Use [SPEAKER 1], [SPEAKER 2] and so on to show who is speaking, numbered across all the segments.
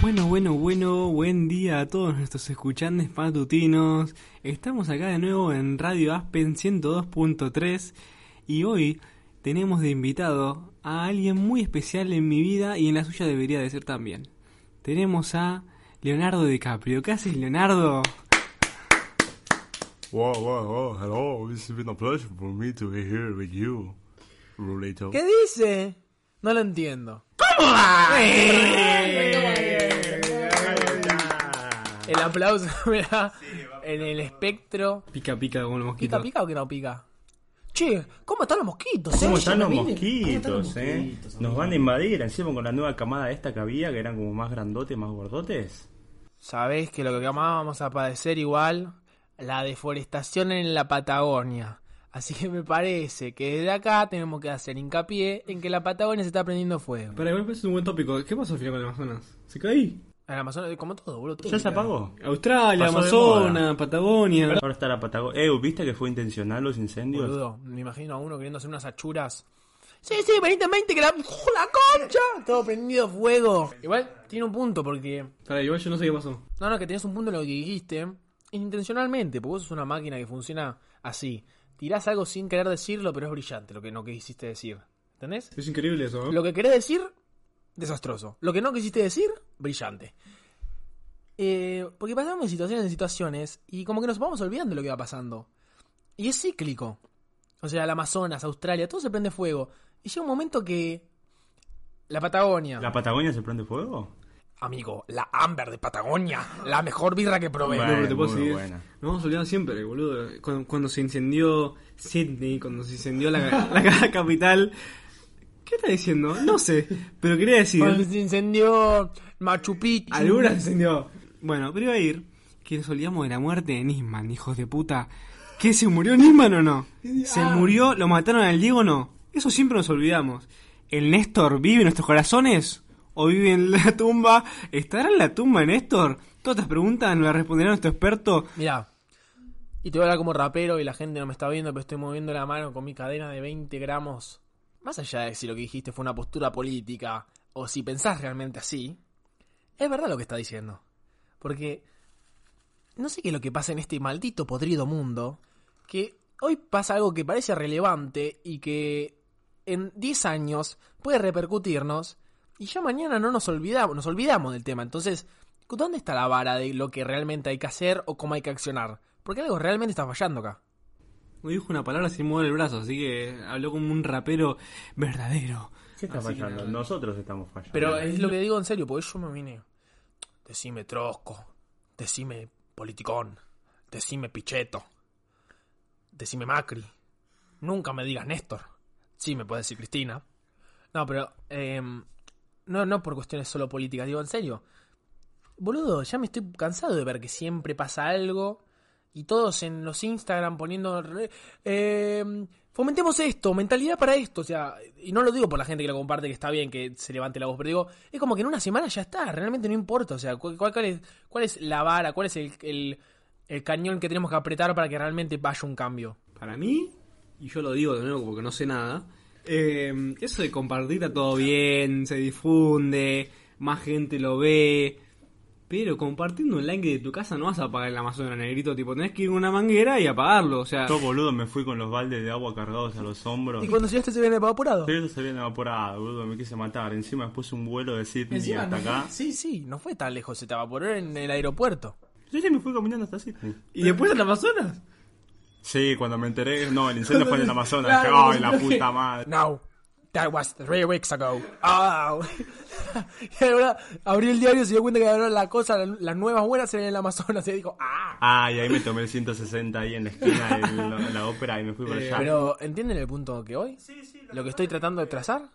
[SPEAKER 1] Bueno, bueno, bueno, buen día a todos nuestros escuchantes patutinos. Estamos acá de nuevo en Radio Aspen 102.3 y hoy tenemos de invitado a alguien muy especial en mi vida y en la suya debería de ser también. Tenemos a Leonardo DiCaprio. ¿Qué haces, Leonardo?
[SPEAKER 2] Wow, wow, wow, hello, it's been a pleasure for me to be here with you, Rulito.
[SPEAKER 3] ¿Qué dice? No lo entiendo. El aplauso me da en el espectro.
[SPEAKER 1] Pica, pica como los mosquitos.
[SPEAKER 3] ¿Pica, pica o que no pica? Che, ¿cómo están los mosquitos?
[SPEAKER 4] ¿Cómo
[SPEAKER 3] eh?
[SPEAKER 4] están los
[SPEAKER 5] miren, ¿cómo
[SPEAKER 4] mosquitos,
[SPEAKER 5] están los
[SPEAKER 4] eh?
[SPEAKER 5] mosquitos,
[SPEAKER 4] Nos
[SPEAKER 5] amigo?
[SPEAKER 4] van a invadir encima con la nueva camada esta que había, que eran como más grandotes, más gordotes.
[SPEAKER 3] Sabés que lo que más vamos a padecer igual, la deforestación en la Patagonia. Así que me parece que desde acá tenemos que hacer hincapié en que la Patagonia se está prendiendo fuego.
[SPEAKER 1] Para igual es un buen tópico. ¿Qué pasó al final con el Amazonas? ¿Se caí?
[SPEAKER 3] En Amazonas, como todo, boludo. todo
[SPEAKER 4] ¿Ya se
[SPEAKER 3] cae.
[SPEAKER 4] apagó?
[SPEAKER 1] Australia,
[SPEAKER 4] Pasó de
[SPEAKER 1] Amazonas,
[SPEAKER 4] moda.
[SPEAKER 1] Patagonia.
[SPEAKER 4] Ahora está la Patagonia. Eh, ¿viste que fue intencional los incendios?
[SPEAKER 3] Boludo, me imagino a uno queriendo hacer unas achuras. Sí, sí, venite en 20 que la, ¡Ujú, la concha. Todo prendido fuego. Igual tiene un punto porque...
[SPEAKER 1] Para igual yo no sé qué pasó.
[SPEAKER 3] No, no, que tenés un punto en lo que dijiste. Intencionalmente, porque vos sos una máquina que funciona así. Tirás algo sin querer decirlo, pero es brillante lo que no quisiste decir. ¿Entendés?
[SPEAKER 1] Es increíble eso, ¿eh? ¿no?
[SPEAKER 3] Lo que querés decir, desastroso. Lo que no quisiste decir, brillante. Eh, porque pasamos de situaciones en situaciones y como que nos vamos olvidando de lo que va pasando. Y es cíclico. O sea, el Amazonas, Australia, todo se prende fuego. Y llega un momento que... La Patagonia.
[SPEAKER 4] ¿La Patagonia se prende fuego?
[SPEAKER 3] Amigo, la Amber de Patagonia. La mejor birra que probé.
[SPEAKER 1] No, pero te
[SPEAKER 4] Bueno,
[SPEAKER 1] puedo
[SPEAKER 4] Ah, muy
[SPEAKER 1] seguir.
[SPEAKER 4] buena.
[SPEAKER 1] Nos vamos a olvidar siempre, boludo. Cuando, cuando se incendió Sydney, cuando se incendió la, la, la capital. ¿Qué está diciendo? No sé, pero quería
[SPEAKER 3] Cuando
[SPEAKER 1] decir.
[SPEAKER 3] se incendió Machu Picchu.
[SPEAKER 1] Alguna se incendió. Bueno, pero iba a ir que nos olvidamos de la muerte de Nisman, hijos de puta. ¿Qué se murió Nisman o no? ¿Se murió? ¿Lo mataron al Diego o no? Eso siempre nos olvidamos. ¿El Néstor vive en nuestros corazones? ¿O vive en la tumba? ¿Estará en la tumba Néstor? Todas estas preguntas nos las responderá nuestro experto
[SPEAKER 3] Mirá. Y te voy a hablar como rapero y la gente no me está viendo, pero estoy moviendo la mano con mi cadena de 20 gramos. Más allá de si lo que dijiste fue una postura política o si pensás realmente así, es verdad lo que está diciendo. Porque no sé qué es lo que pasa en este maldito podrido mundo, que hoy pasa algo que parece relevante y que en 10 años puede repercutirnos y ya mañana no nos olvidamos, nos olvidamos del tema. Entonces, ¿dónde está la vara de lo que realmente hay que hacer o cómo hay que accionar? Porque algo realmente está fallando acá.
[SPEAKER 1] No dijo una palabra sin mover el brazo, así que habló como un rapero verdadero.
[SPEAKER 4] ¿Qué está
[SPEAKER 1] Así que
[SPEAKER 4] fallando?
[SPEAKER 1] nada.
[SPEAKER 4] Nosotros estamos fallando.
[SPEAKER 3] Pero eh, es lo que digo en serio, porque yo me vine. Decime trosco, decime politicón, decime picheto, decime Macri. Nunca me digas Néstor. Sí, me puedes decir Cristina. No, pero em, no, no por cuestiones solo políticas, digo en serio. Boludo, ya me estoy cansado de ver que siempre pasa algo y todos en los Instagram poniendo re- em, fomentemos esto, mentalidad para esto, o sea, y no lo digo por la gente que lo comparte que está bien que se levante la voz, pero digo, es como que en una semana ya está, realmente no importa, o sea, cu- cuál, cuál es, cuál es la vara, cuál es el, el- el cañón que tenemos que apretar para que realmente vaya un cambio.
[SPEAKER 1] Para mí, y yo lo digo de nuevo porque no sé nada, eh, eso de compartir está todo bien, se difunde, más gente lo ve. Pero compartiendo un like de tu casa no vas a apagar el Amazonas, negrito. Tipo, tenés que ir a una manguera y apagarlo. O sea,
[SPEAKER 4] Yo, boludo, me fui con los baldes de agua cargados a los hombros.
[SPEAKER 3] Y cuando llegaste se viene evaporado.
[SPEAKER 4] Pero ellos se habían evaporado, boludo, me quise matar. Encima después un vuelo de Sydney
[SPEAKER 5] Encima,
[SPEAKER 4] hasta
[SPEAKER 5] no.
[SPEAKER 4] acá.
[SPEAKER 3] Sí, sí, no fue tan lejos, se te evaporó en el aeropuerto.
[SPEAKER 4] Yo ya me fui caminando hasta Sydney.
[SPEAKER 1] ¿y después al Amazonas?
[SPEAKER 4] Sí, cuando me enteré, no, el incendio fue en el Amazonas.
[SPEAKER 1] Claro,
[SPEAKER 4] Ay, la
[SPEAKER 1] sí.
[SPEAKER 4] puta madre.
[SPEAKER 3] No, that was three weeks ago. Oh. y ahora abrió el diario y se dio cuenta que ahora la cosa, la- las nuevas buenas eran en el Amazonas. Y dijo, ah.
[SPEAKER 4] Ah, y ahí me tomé el 160 ahí en la esquina de la, la ópera y me fui para allá.
[SPEAKER 3] Pero, ¿entienden el punto que hoy? Lo que estoy tratando de trazar.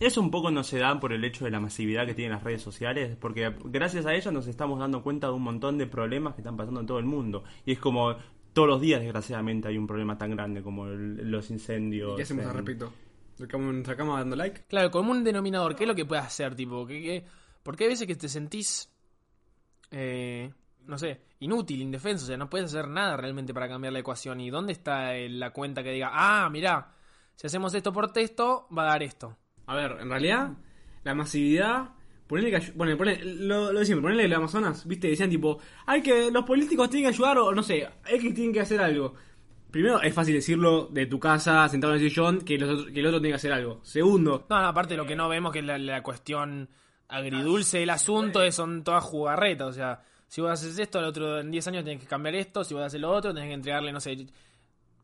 [SPEAKER 4] Eso un poco nos se da por el hecho de la masividad que tienen las redes sociales, porque gracias a ellas nos estamos dando cuenta de un montón de problemas que están pasando en todo el mundo. Y es como todos los días, desgraciadamente, hay un problema tan grande como el- los incendios.
[SPEAKER 1] ¿Y qué hacemos al
[SPEAKER 4] en-
[SPEAKER 1] respecto? ¿Lo quedamos en nuestra cama dando like?
[SPEAKER 3] Claro, como un denominador, ¿qué es lo que puedes hacer? Tipo, ¿qué, qué? Porque hay veces que te sentís, eh, no sé, inútil, indefenso, o sea, no puedes hacer nada realmente para cambiar la ecuación. ¿Y dónde está el- la cuenta que diga, ah, mirá, si hacemos esto por texto, va a dar esto?
[SPEAKER 1] A ver, en realidad, la masividad Ponele que ayu- bueno, ponele- lo, lo de siempre, ponele el Amazonas, viste, decían tipo, hay que, los políticos tienen que ayudar, o no sé, hay que tienen que hacer algo. Primero, es fácil decirlo de tu casa, sentado en el sillón, que, los otro- que el otro tiene que hacer algo. Segundo,
[SPEAKER 3] No, no, aparte lo que no vemos que es la, la cuestión agridulce del asunto es son todas jugarretas, o sea, si vos haces esto, al otro en 10 años tenés que cambiar esto, si vos haces lo otro, tenés que entregarle, no sé,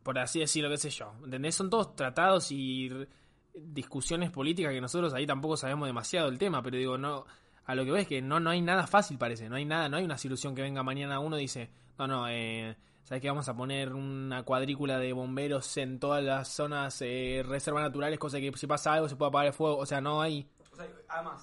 [SPEAKER 3] por así decirlo, qué sé yo, ¿entendés? Son todos tratados y r- discusiones políticas que nosotros ahí tampoco sabemos demasiado el tema, pero digo, no, a lo que ves que no, no hay nada fácil parece, no hay nada, no hay una solución que venga mañana uno y dice, no, no, eh... ¿Sabes que vamos a poner una cuadrícula de bomberos en todas las zonas eh, reservas naturales? Cosa que si pasa algo se puede apagar el fuego. O sea, no hay,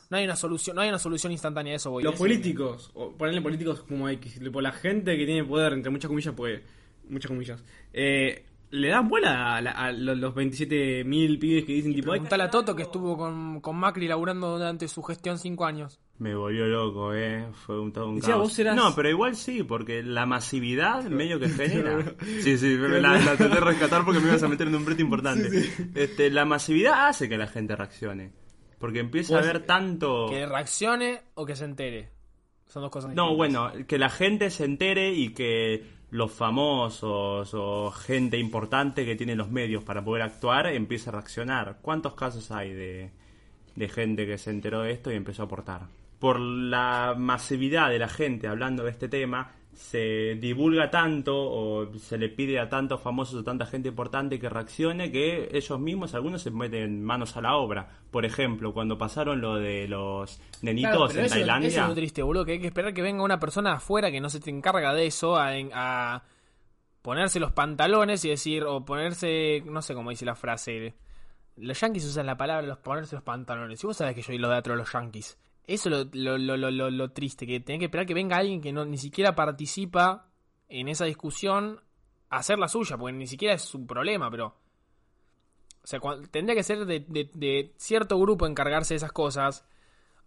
[SPEAKER 3] no hay una solución, no hay una solución instantánea a eso, voy.
[SPEAKER 1] los políticos, o ponerle políticos como X, tipo la gente que tiene poder, entre muchas comillas, pues, muchas comillas, eh, le dan bola a, la- a los los 27.000 pibes que dicen tipo, hay que
[SPEAKER 3] Preguntale a Toto que estuvo con, con Macri laburando durante su gestión cinco años.
[SPEAKER 4] Me volvió loco, eh. Fue un, todo un
[SPEAKER 1] Decía,
[SPEAKER 4] caos.
[SPEAKER 1] vos eras-
[SPEAKER 4] No, pero igual sí, porque la masividad medio que genera. Sí, sí, me- la, la traté de rescatar porque me ibas a meter en un brete importante. Este, la masividad hace que la gente reaccione. Porque empieza a ver tanto.
[SPEAKER 3] Que reaccione o que se entere. Son dos cosas
[SPEAKER 4] Oh. No,
[SPEAKER 3] distintas.
[SPEAKER 4] bueno, que la gente se entere y que los famosos o gente importante que tiene los medios para poder actuar empiece a reaccionar. ¿Cuántos casos hay de, de gente que se enteró de esto y empezó a aportar? Por la masividad de la gente hablando de este tema, se divulga tanto o se le pide a tantos famosos o tanta gente importante que reaccione que ellos mismos, algunos se meten manos a la obra. Por ejemplo, cuando pasaron lo de los nenitos
[SPEAKER 3] Claro, pero
[SPEAKER 4] en
[SPEAKER 3] eso-
[SPEAKER 4] Tailandia.
[SPEAKER 3] Eso es lo triste, boludo, que hay que esperar que venga una persona afuera que no se te encarga de eso a, a ponerse los pantalones y decir, o ponerse, no sé cómo dice la frase. Los yankees usan la palabra los ponerse los pantalones. Y vos sabés que yo lo de atrás de los yankees. Eso es lo, lo, lo, lo, lo triste, que tenés que esperar que venga alguien que no, ni siquiera participa en esa discusión a hacer la suya, porque ni siquiera es un problema, pero... O sea, cuan- tendría que ser de- de- de cierto grupo encargarse de esas cosas.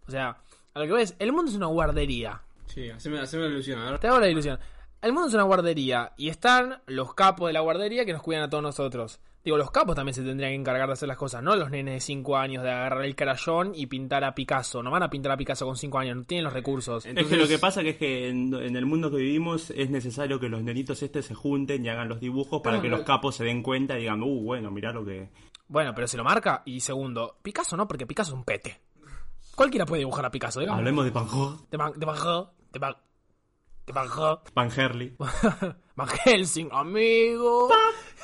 [SPEAKER 3] O sea, a lo que ves, el mundo es una guardería.
[SPEAKER 1] Sí, haceme, haceme la ilusión, a ver.
[SPEAKER 3] Te hago la ilusión. El mundo es una guardería y están los capos de la guardería que nos cuidan a todos nosotros. Digo, los capos también se tendrían que encargar de hacer las cosas, no los nenes de 5 años de agarrar el carayón y pintar a Picasso. No van a pintar a Picasso con 5 años, no tienen los recursos.
[SPEAKER 4] es que lo que pasa que es que en, en el mundo que vivimos es necesario que los nenitos este se junten y hagan los dibujos para que los capos se den cuenta y digan, uh, bueno, mirá lo que...
[SPEAKER 3] Bueno, pero se lo marca. Y segundo, Picasso no, porque Picasso es un pete. Cualquiera puede dibujar a Picasso, digamos.
[SPEAKER 4] Hablemos de Panjo,
[SPEAKER 3] De Van, de Van Gogh, de Van, de Van Gogh,
[SPEAKER 4] Van Herley.
[SPEAKER 3] Van Helsing, amigo.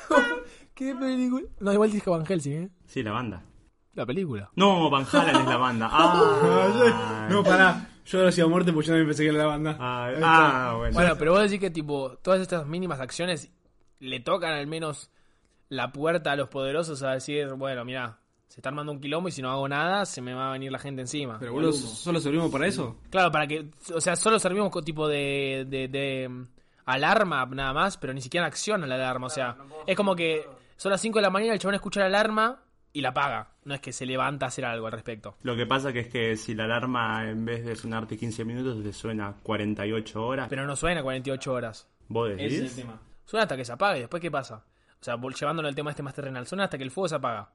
[SPEAKER 3] ¿Qué película? No, igual dije Van Helsing, ¿eh?
[SPEAKER 4] Sí, la banda.
[SPEAKER 3] La película.
[SPEAKER 4] No, Van Halen es la banda. Ah,
[SPEAKER 1] No, pará, yo lo hacía a muerte porque yo también pensé que era la banda.
[SPEAKER 4] Ay, ah, bueno.
[SPEAKER 3] Bueno, pero vos decís que tipo todas estas mínimas acciones le tocan al menos la puerta a los poderosos a decir, bueno, mira, se está armando un quilombo y si no hago nada se me va a venir la gente encima.
[SPEAKER 1] Pero boludo, ¿solo sobrevivimos para eso?
[SPEAKER 3] Claro, para que, o sea, solo servimos con tipo de, de, de, mm, alarma nada más, pero ni siquiera acciona la alarma, o sea, es como que son las 5 de la mañana, el chabón escucha la alarma y la paga, no es que se levanta a hacer algo al respecto.
[SPEAKER 4] Lo que pasa que es que si la alarma en vez de sonarte 15 minutos te suena 48 horas,
[SPEAKER 3] Pero no suena 48 horas.
[SPEAKER 4] vos decís...
[SPEAKER 1] tema.
[SPEAKER 3] Suena hasta que se apague. ¿Después qué pasa? O sea, vol- llevándolo al tema este más terrenal. Suena hasta que el fuego se apaga.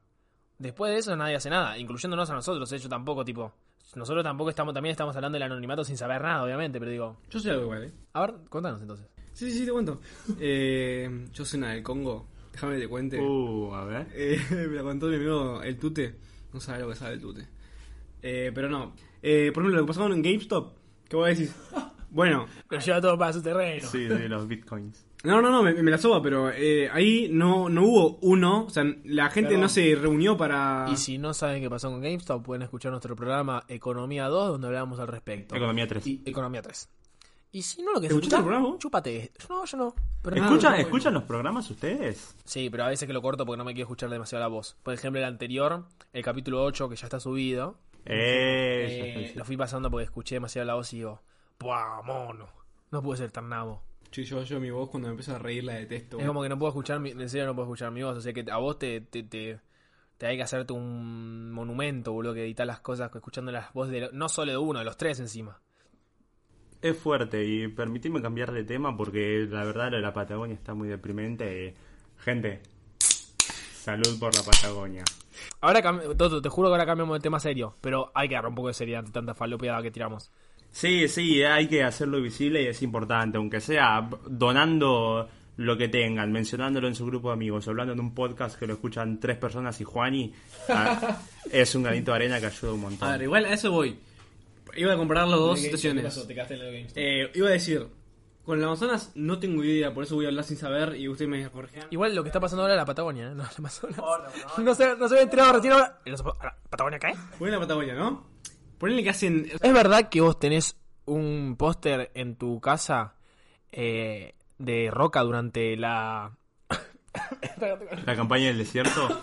[SPEAKER 3] Después de eso nadie hace nada, incluyéndonos a nosotros. ¿eh? Yo tampoco, tipo... Nosotros tampoco estamos... También estamos hablando del anonimato sin saber nada, obviamente. Pero digo...
[SPEAKER 1] Yo soy algo igual, ¿eh?
[SPEAKER 3] A ver, contanos entonces.
[SPEAKER 1] Sí, sí, sí, te cuento. Eh, yo soy una del Congo, déjame que te cuente.
[SPEAKER 4] Uh, a ver.
[SPEAKER 1] Eh, me la contó mi amigo el Tute. No sabe lo que sabe el Tute. Eh, pero no. Eh, por ejemplo, lo que pasó en GameStop, que vos decís, bueno,
[SPEAKER 3] Lo lleva todo para su terreno.
[SPEAKER 4] Sí, de los bitcoins.
[SPEAKER 1] No, no, no, me, me la soba, pero eh, ahí no, no hubo uno, o sea, la gente no se reunió para...
[SPEAKER 3] Y si no saben qué pasó con GameStop, pueden escuchar nuestro programa Economía 2, donde hablamos al respecto.
[SPEAKER 4] Economía 3.
[SPEAKER 3] Y- Economía 3. Y si no lo que
[SPEAKER 1] ¿Escuchaste
[SPEAKER 3] escuchás,
[SPEAKER 1] el programa vos?
[SPEAKER 3] chúpate. Yo no, yo no. Pero no,
[SPEAKER 4] ¿Escuchan,
[SPEAKER 3] no, no.
[SPEAKER 4] ¿Escuchan los programas ustedes?
[SPEAKER 3] Sí, pero a veces que lo corto porque no me quiero escuchar demasiado la voz. Por ejemplo, el anterior, el capítulo 8, que ya está subido,
[SPEAKER 4] Eh, ya está,
[SPEAKER 3] eh,
[SPEAKER 4] ya está.
[SPEAKER 3] lo fui pasando porque escuché demasiado la voz y digo, ¡buah, mono! No pude ser tan nabo.
[SPEAKER 1] Sí, yo, yo mi voz cuando me empiezo a reír la detesto.
[SPEAKER 3] Es como que no puedo escuchar, mi, en serio no puedo escuchar mi voz. O sea que a vos te, te, te, te hay que hacerte un monumento, boludo, que editar las cosas escuchando las voces de lo- no solo de uno, de los tres encima.
[SPEAKER 4] Es fuerte y permitime cambiar de tema porque la verdad lo de la Patagonia está muy deprimente. Gente, salud por la Patagonia.
[SPEAKER 3] Ahora, cam- Toto, te juro que ahora cambiamos de tema serio, pero hay que dar un poco de seriedad ante tanta falopeada que tiramos.
[SPEAKER 4] Sí, sí, hay que hacerlo visible y es importante, aunque sea donando lo que tengan, mencionándolo en su grupo de amigos, hablando en un podcast que lo escuchan tres personas y Juani, ah, es un granito de arena que ayuda un montón.
[SPEAKER 1] A ver, igual a eso voy. Iba a comparar las dos
[SPEAKER 3] ¿Qué
[SPEAKER 1] situaciones.
[SPEAKER 3] pasó? ¿Te quedaste en el GameStop?
[SPEAKER 1] Eh, iba a decir, con el Amazonas no tengo idea, por eso voy a hablar sin saber y ustedes me corrigen.
[SPEAKER 3] Igual lo que está pasando ahora es la Patagonia, ¿eh? No, la Amazonas. No se, no se había enterado recién ahora. ¿La Amazon- ¿Patagonia qué?
[SPEAKER 1] Ponle la Patagonia, ¿no? Ponle que hacen...
[SPEAKER 3] ¿Es verdad que vos tenés un póster en tu casa eh, de Roca durante la...
[SPEAKER 4] La campaña del desierto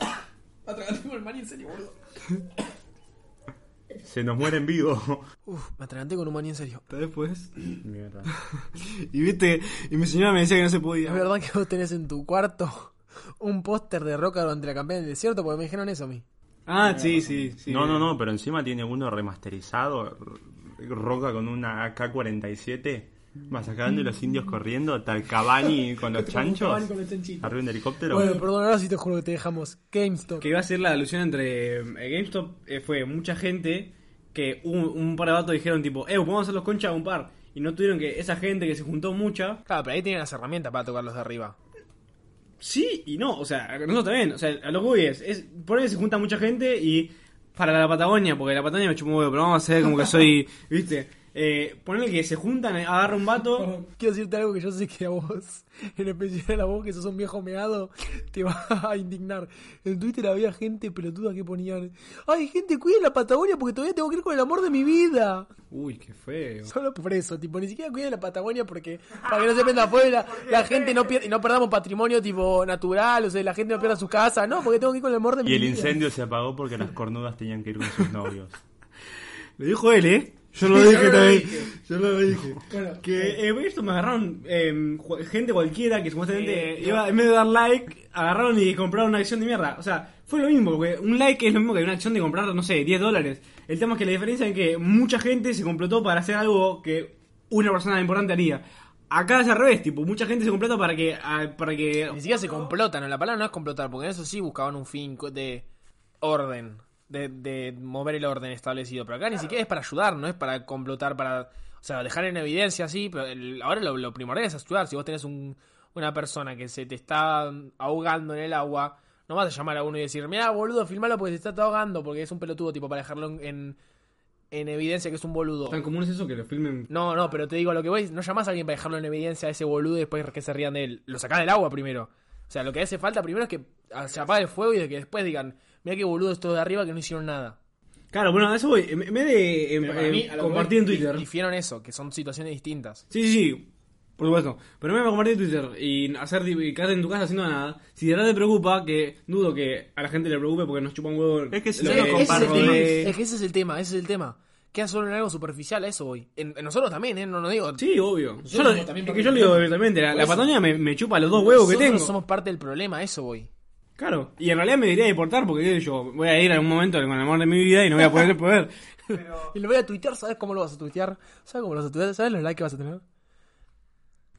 [SPEAKER 4] se nos muere en vivo.
[SPEAKER 3] Uf, me atraganté con un maní en serio.
[SPEAKER 6] Después.
[SPEAKER 4] Mierda.
[SPEAKER 6] Y viste, y mi señora me decía que no se podía.
[SPEAKER 3] ¿Es verdad que vos tenés en tu cuarto un póster de Roca durante la campaña del desierto? Porque me dijeron eso a mí.
[SPEAKER 6] Ah, sí, sí, sí.
[SPEAKER 4] No, no, no, pero encima tiene uno remasterizado, r- roca con una AK-47, masacrando a los indios corriendo, tal Cavani con los chanchos, arriba un helicóptero.
[SPEAKER 3] Bueno, perdón, ahora sí te juro que te dejamos. GameStop.
[SPEAKER 1] Que iba a ser la alusión entre eh, GameStop, eh, fue mucha gente que un, un par de vatos dijeron tipo, eh, vamos a hacer los conchas a un par. Y no tuvieron que esa gente que se juntó mucha,
[SPEAKER 3] Claro, pero ahí tienen las herramientas para tocarlos de arriba.
[SPEAKER 1] sí y no, o sea, nosotros también, o sea, a lo que voy es, es por ahí se junta mucha gente y para la Patagonia, porque la Patagonia me chupó un huevo, pero vamos a hacer como que soy, viste, eh, ponle que se juntan, agarra un vato,
[SPEAKER 3] Quiero decirte algo que yo sé que a vos, en especial a vos que sos un viejo meado, te va a indignar. En Twitter había gente pelotuda que ponían, ay gente, cuiden la Patagonia porque todavía tengo que ir con el amor de mi vida.
[SPEAKER 1] uy, qué feo.
[SPEAKER 3] Solo por eso, tipo, ni siquiera cuiden la Patagonia porque para que no se prenda fuego la, la gente no pier- y no perdamos patrimonio tipo natural, o sea, la gente no pierda su casa, no, porque tengo que ir con el amor de mi
[SPEAKER 4] Y el
[SPEAKER 3] vida.
[SPEAKER 4] incendio se apagó porque las cornudas tenían que ir con sus novios.
[SPEAKER 6] Lo dijo él, ¿eh? Yo lo dije también. Yo lo dije.
[SPEAKER 1] Que eh, esto me agarraron eh, ju- gente cualquiera que supuestamente iba, en vez de dar like, agarraron y compraron una acción de mierda. O sea, fue lo mismo, porque un like es lo mismo que una acción de comprar, no sé, 10 dólares. El tema es que la diferencia es que mucha gente se complotó para hacer algo que una persona importante haría. Acá es al revés, tipo, mucha gente se complotó para que. a- para que
[SPEAKER 3] Ni siquiera se complotan, la palabra no es complotar, porque en eso sí buscaban un fin co- de orden, de, de mover el orden establecido, pero acá ni siquiera es para ayudar, no es para complotar, para, o sea, dejar en evidencia, sí, pero el- ahora lo, lo primordial es ayudar, si vos tenés un- una persona que se te está ahogando en el agua, no vas a llamar a uno y decir, mira, boludo, filmalo porque se está ahogando, porque es un pelotudo, tipo, para dejarlo en, en, en evidencia que es un boludo.
[SPEAKER 1] Tan común es eso que lo filmen.
[SPEAKER 3] No, no, pero te digo, a lo que voy, no llamás a alguien para dejarlo en evidencia a ese boludo y después que se rían de él. Lo sacás del agua primero. O sea, lo que hace falta primero es que ah, se apague el fuego y que después digan, mira qué boludo estos de arriba que no hicieron nada.
[SPEAKER 1] Claro, bueno, a eso voy. En en vez de em,
[SPEAKER 3] para
[SPEAKER 1] em,
[SPEAKER 3] mí, a lo
[SPEAKER 1] compartir en Twitter.
[SPEAKER 3] Difieron eso, que son situaciones distintas.
[SPEAKER 1] Sí, sí, sí, por supuesto. Pero me voy a compartir Twitter y hacer y quedarte en tu casa haciendo nada. Si de verdad te preocupa, que dudo que a la gente le preocupe porque nos chupan huevo.
[SPEAKER 4] Es que si
[SPEAKER 1] lo
[SPEAKER 4] yo no
[SPEAKER 3] Ese es, el
[SPEAKER 4] comparto,
[SPEAKER 3] tema,
[SPEAKER 1] de-
[SPEAKER 3] es que ese es el tema, ese es el tema. Queda solo en algo superficial a eso voy. En, en nosotros también, ¿eh? No, no digo.
[SPEAKER 1] Sí, obvio. Yo
[SPEAKER 3] somos
[SPEAKER 1] lo-
[SPEAKER 3] también
[SPEAKER 1] es
[SPEAKER 3] parte
[SPEAKER 1] que yo lo
[SPEAKER 3] del
[SPEAKER 1] digo
[SPEAKER 3] problema.
[SPEAKER 1] directamente. La,
[SPEAKER 3] Por
[SPEAKER 1] la
[SPEAKER 3] eso.
[SPEAKER 1] Patagonia me, me chupa los dos huevos que
[SPEAKER 3] Nosotros
[SPEAKER 1] tengo.
[SPEAKER 3] somos parte del problema, a eso voy.
[SPEAKER 1] Claro. Y en realidad me debería deportar porque qué sé yo voy a ir en algún momento con el amor de mi vida y no voy a poder poder.
[SPEAKER 3] Y lo voy a tuitear, ¿sabes cómo lo vas a tuitear? ¿Sabes cómo lo vas a tuitear? ¿Sabes los likes que vas a tener?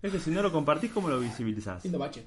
[SPEAKER 4] Es que si no lo compartís, ¿cómo lo visibilizás?
[SPEAKER 3] bache.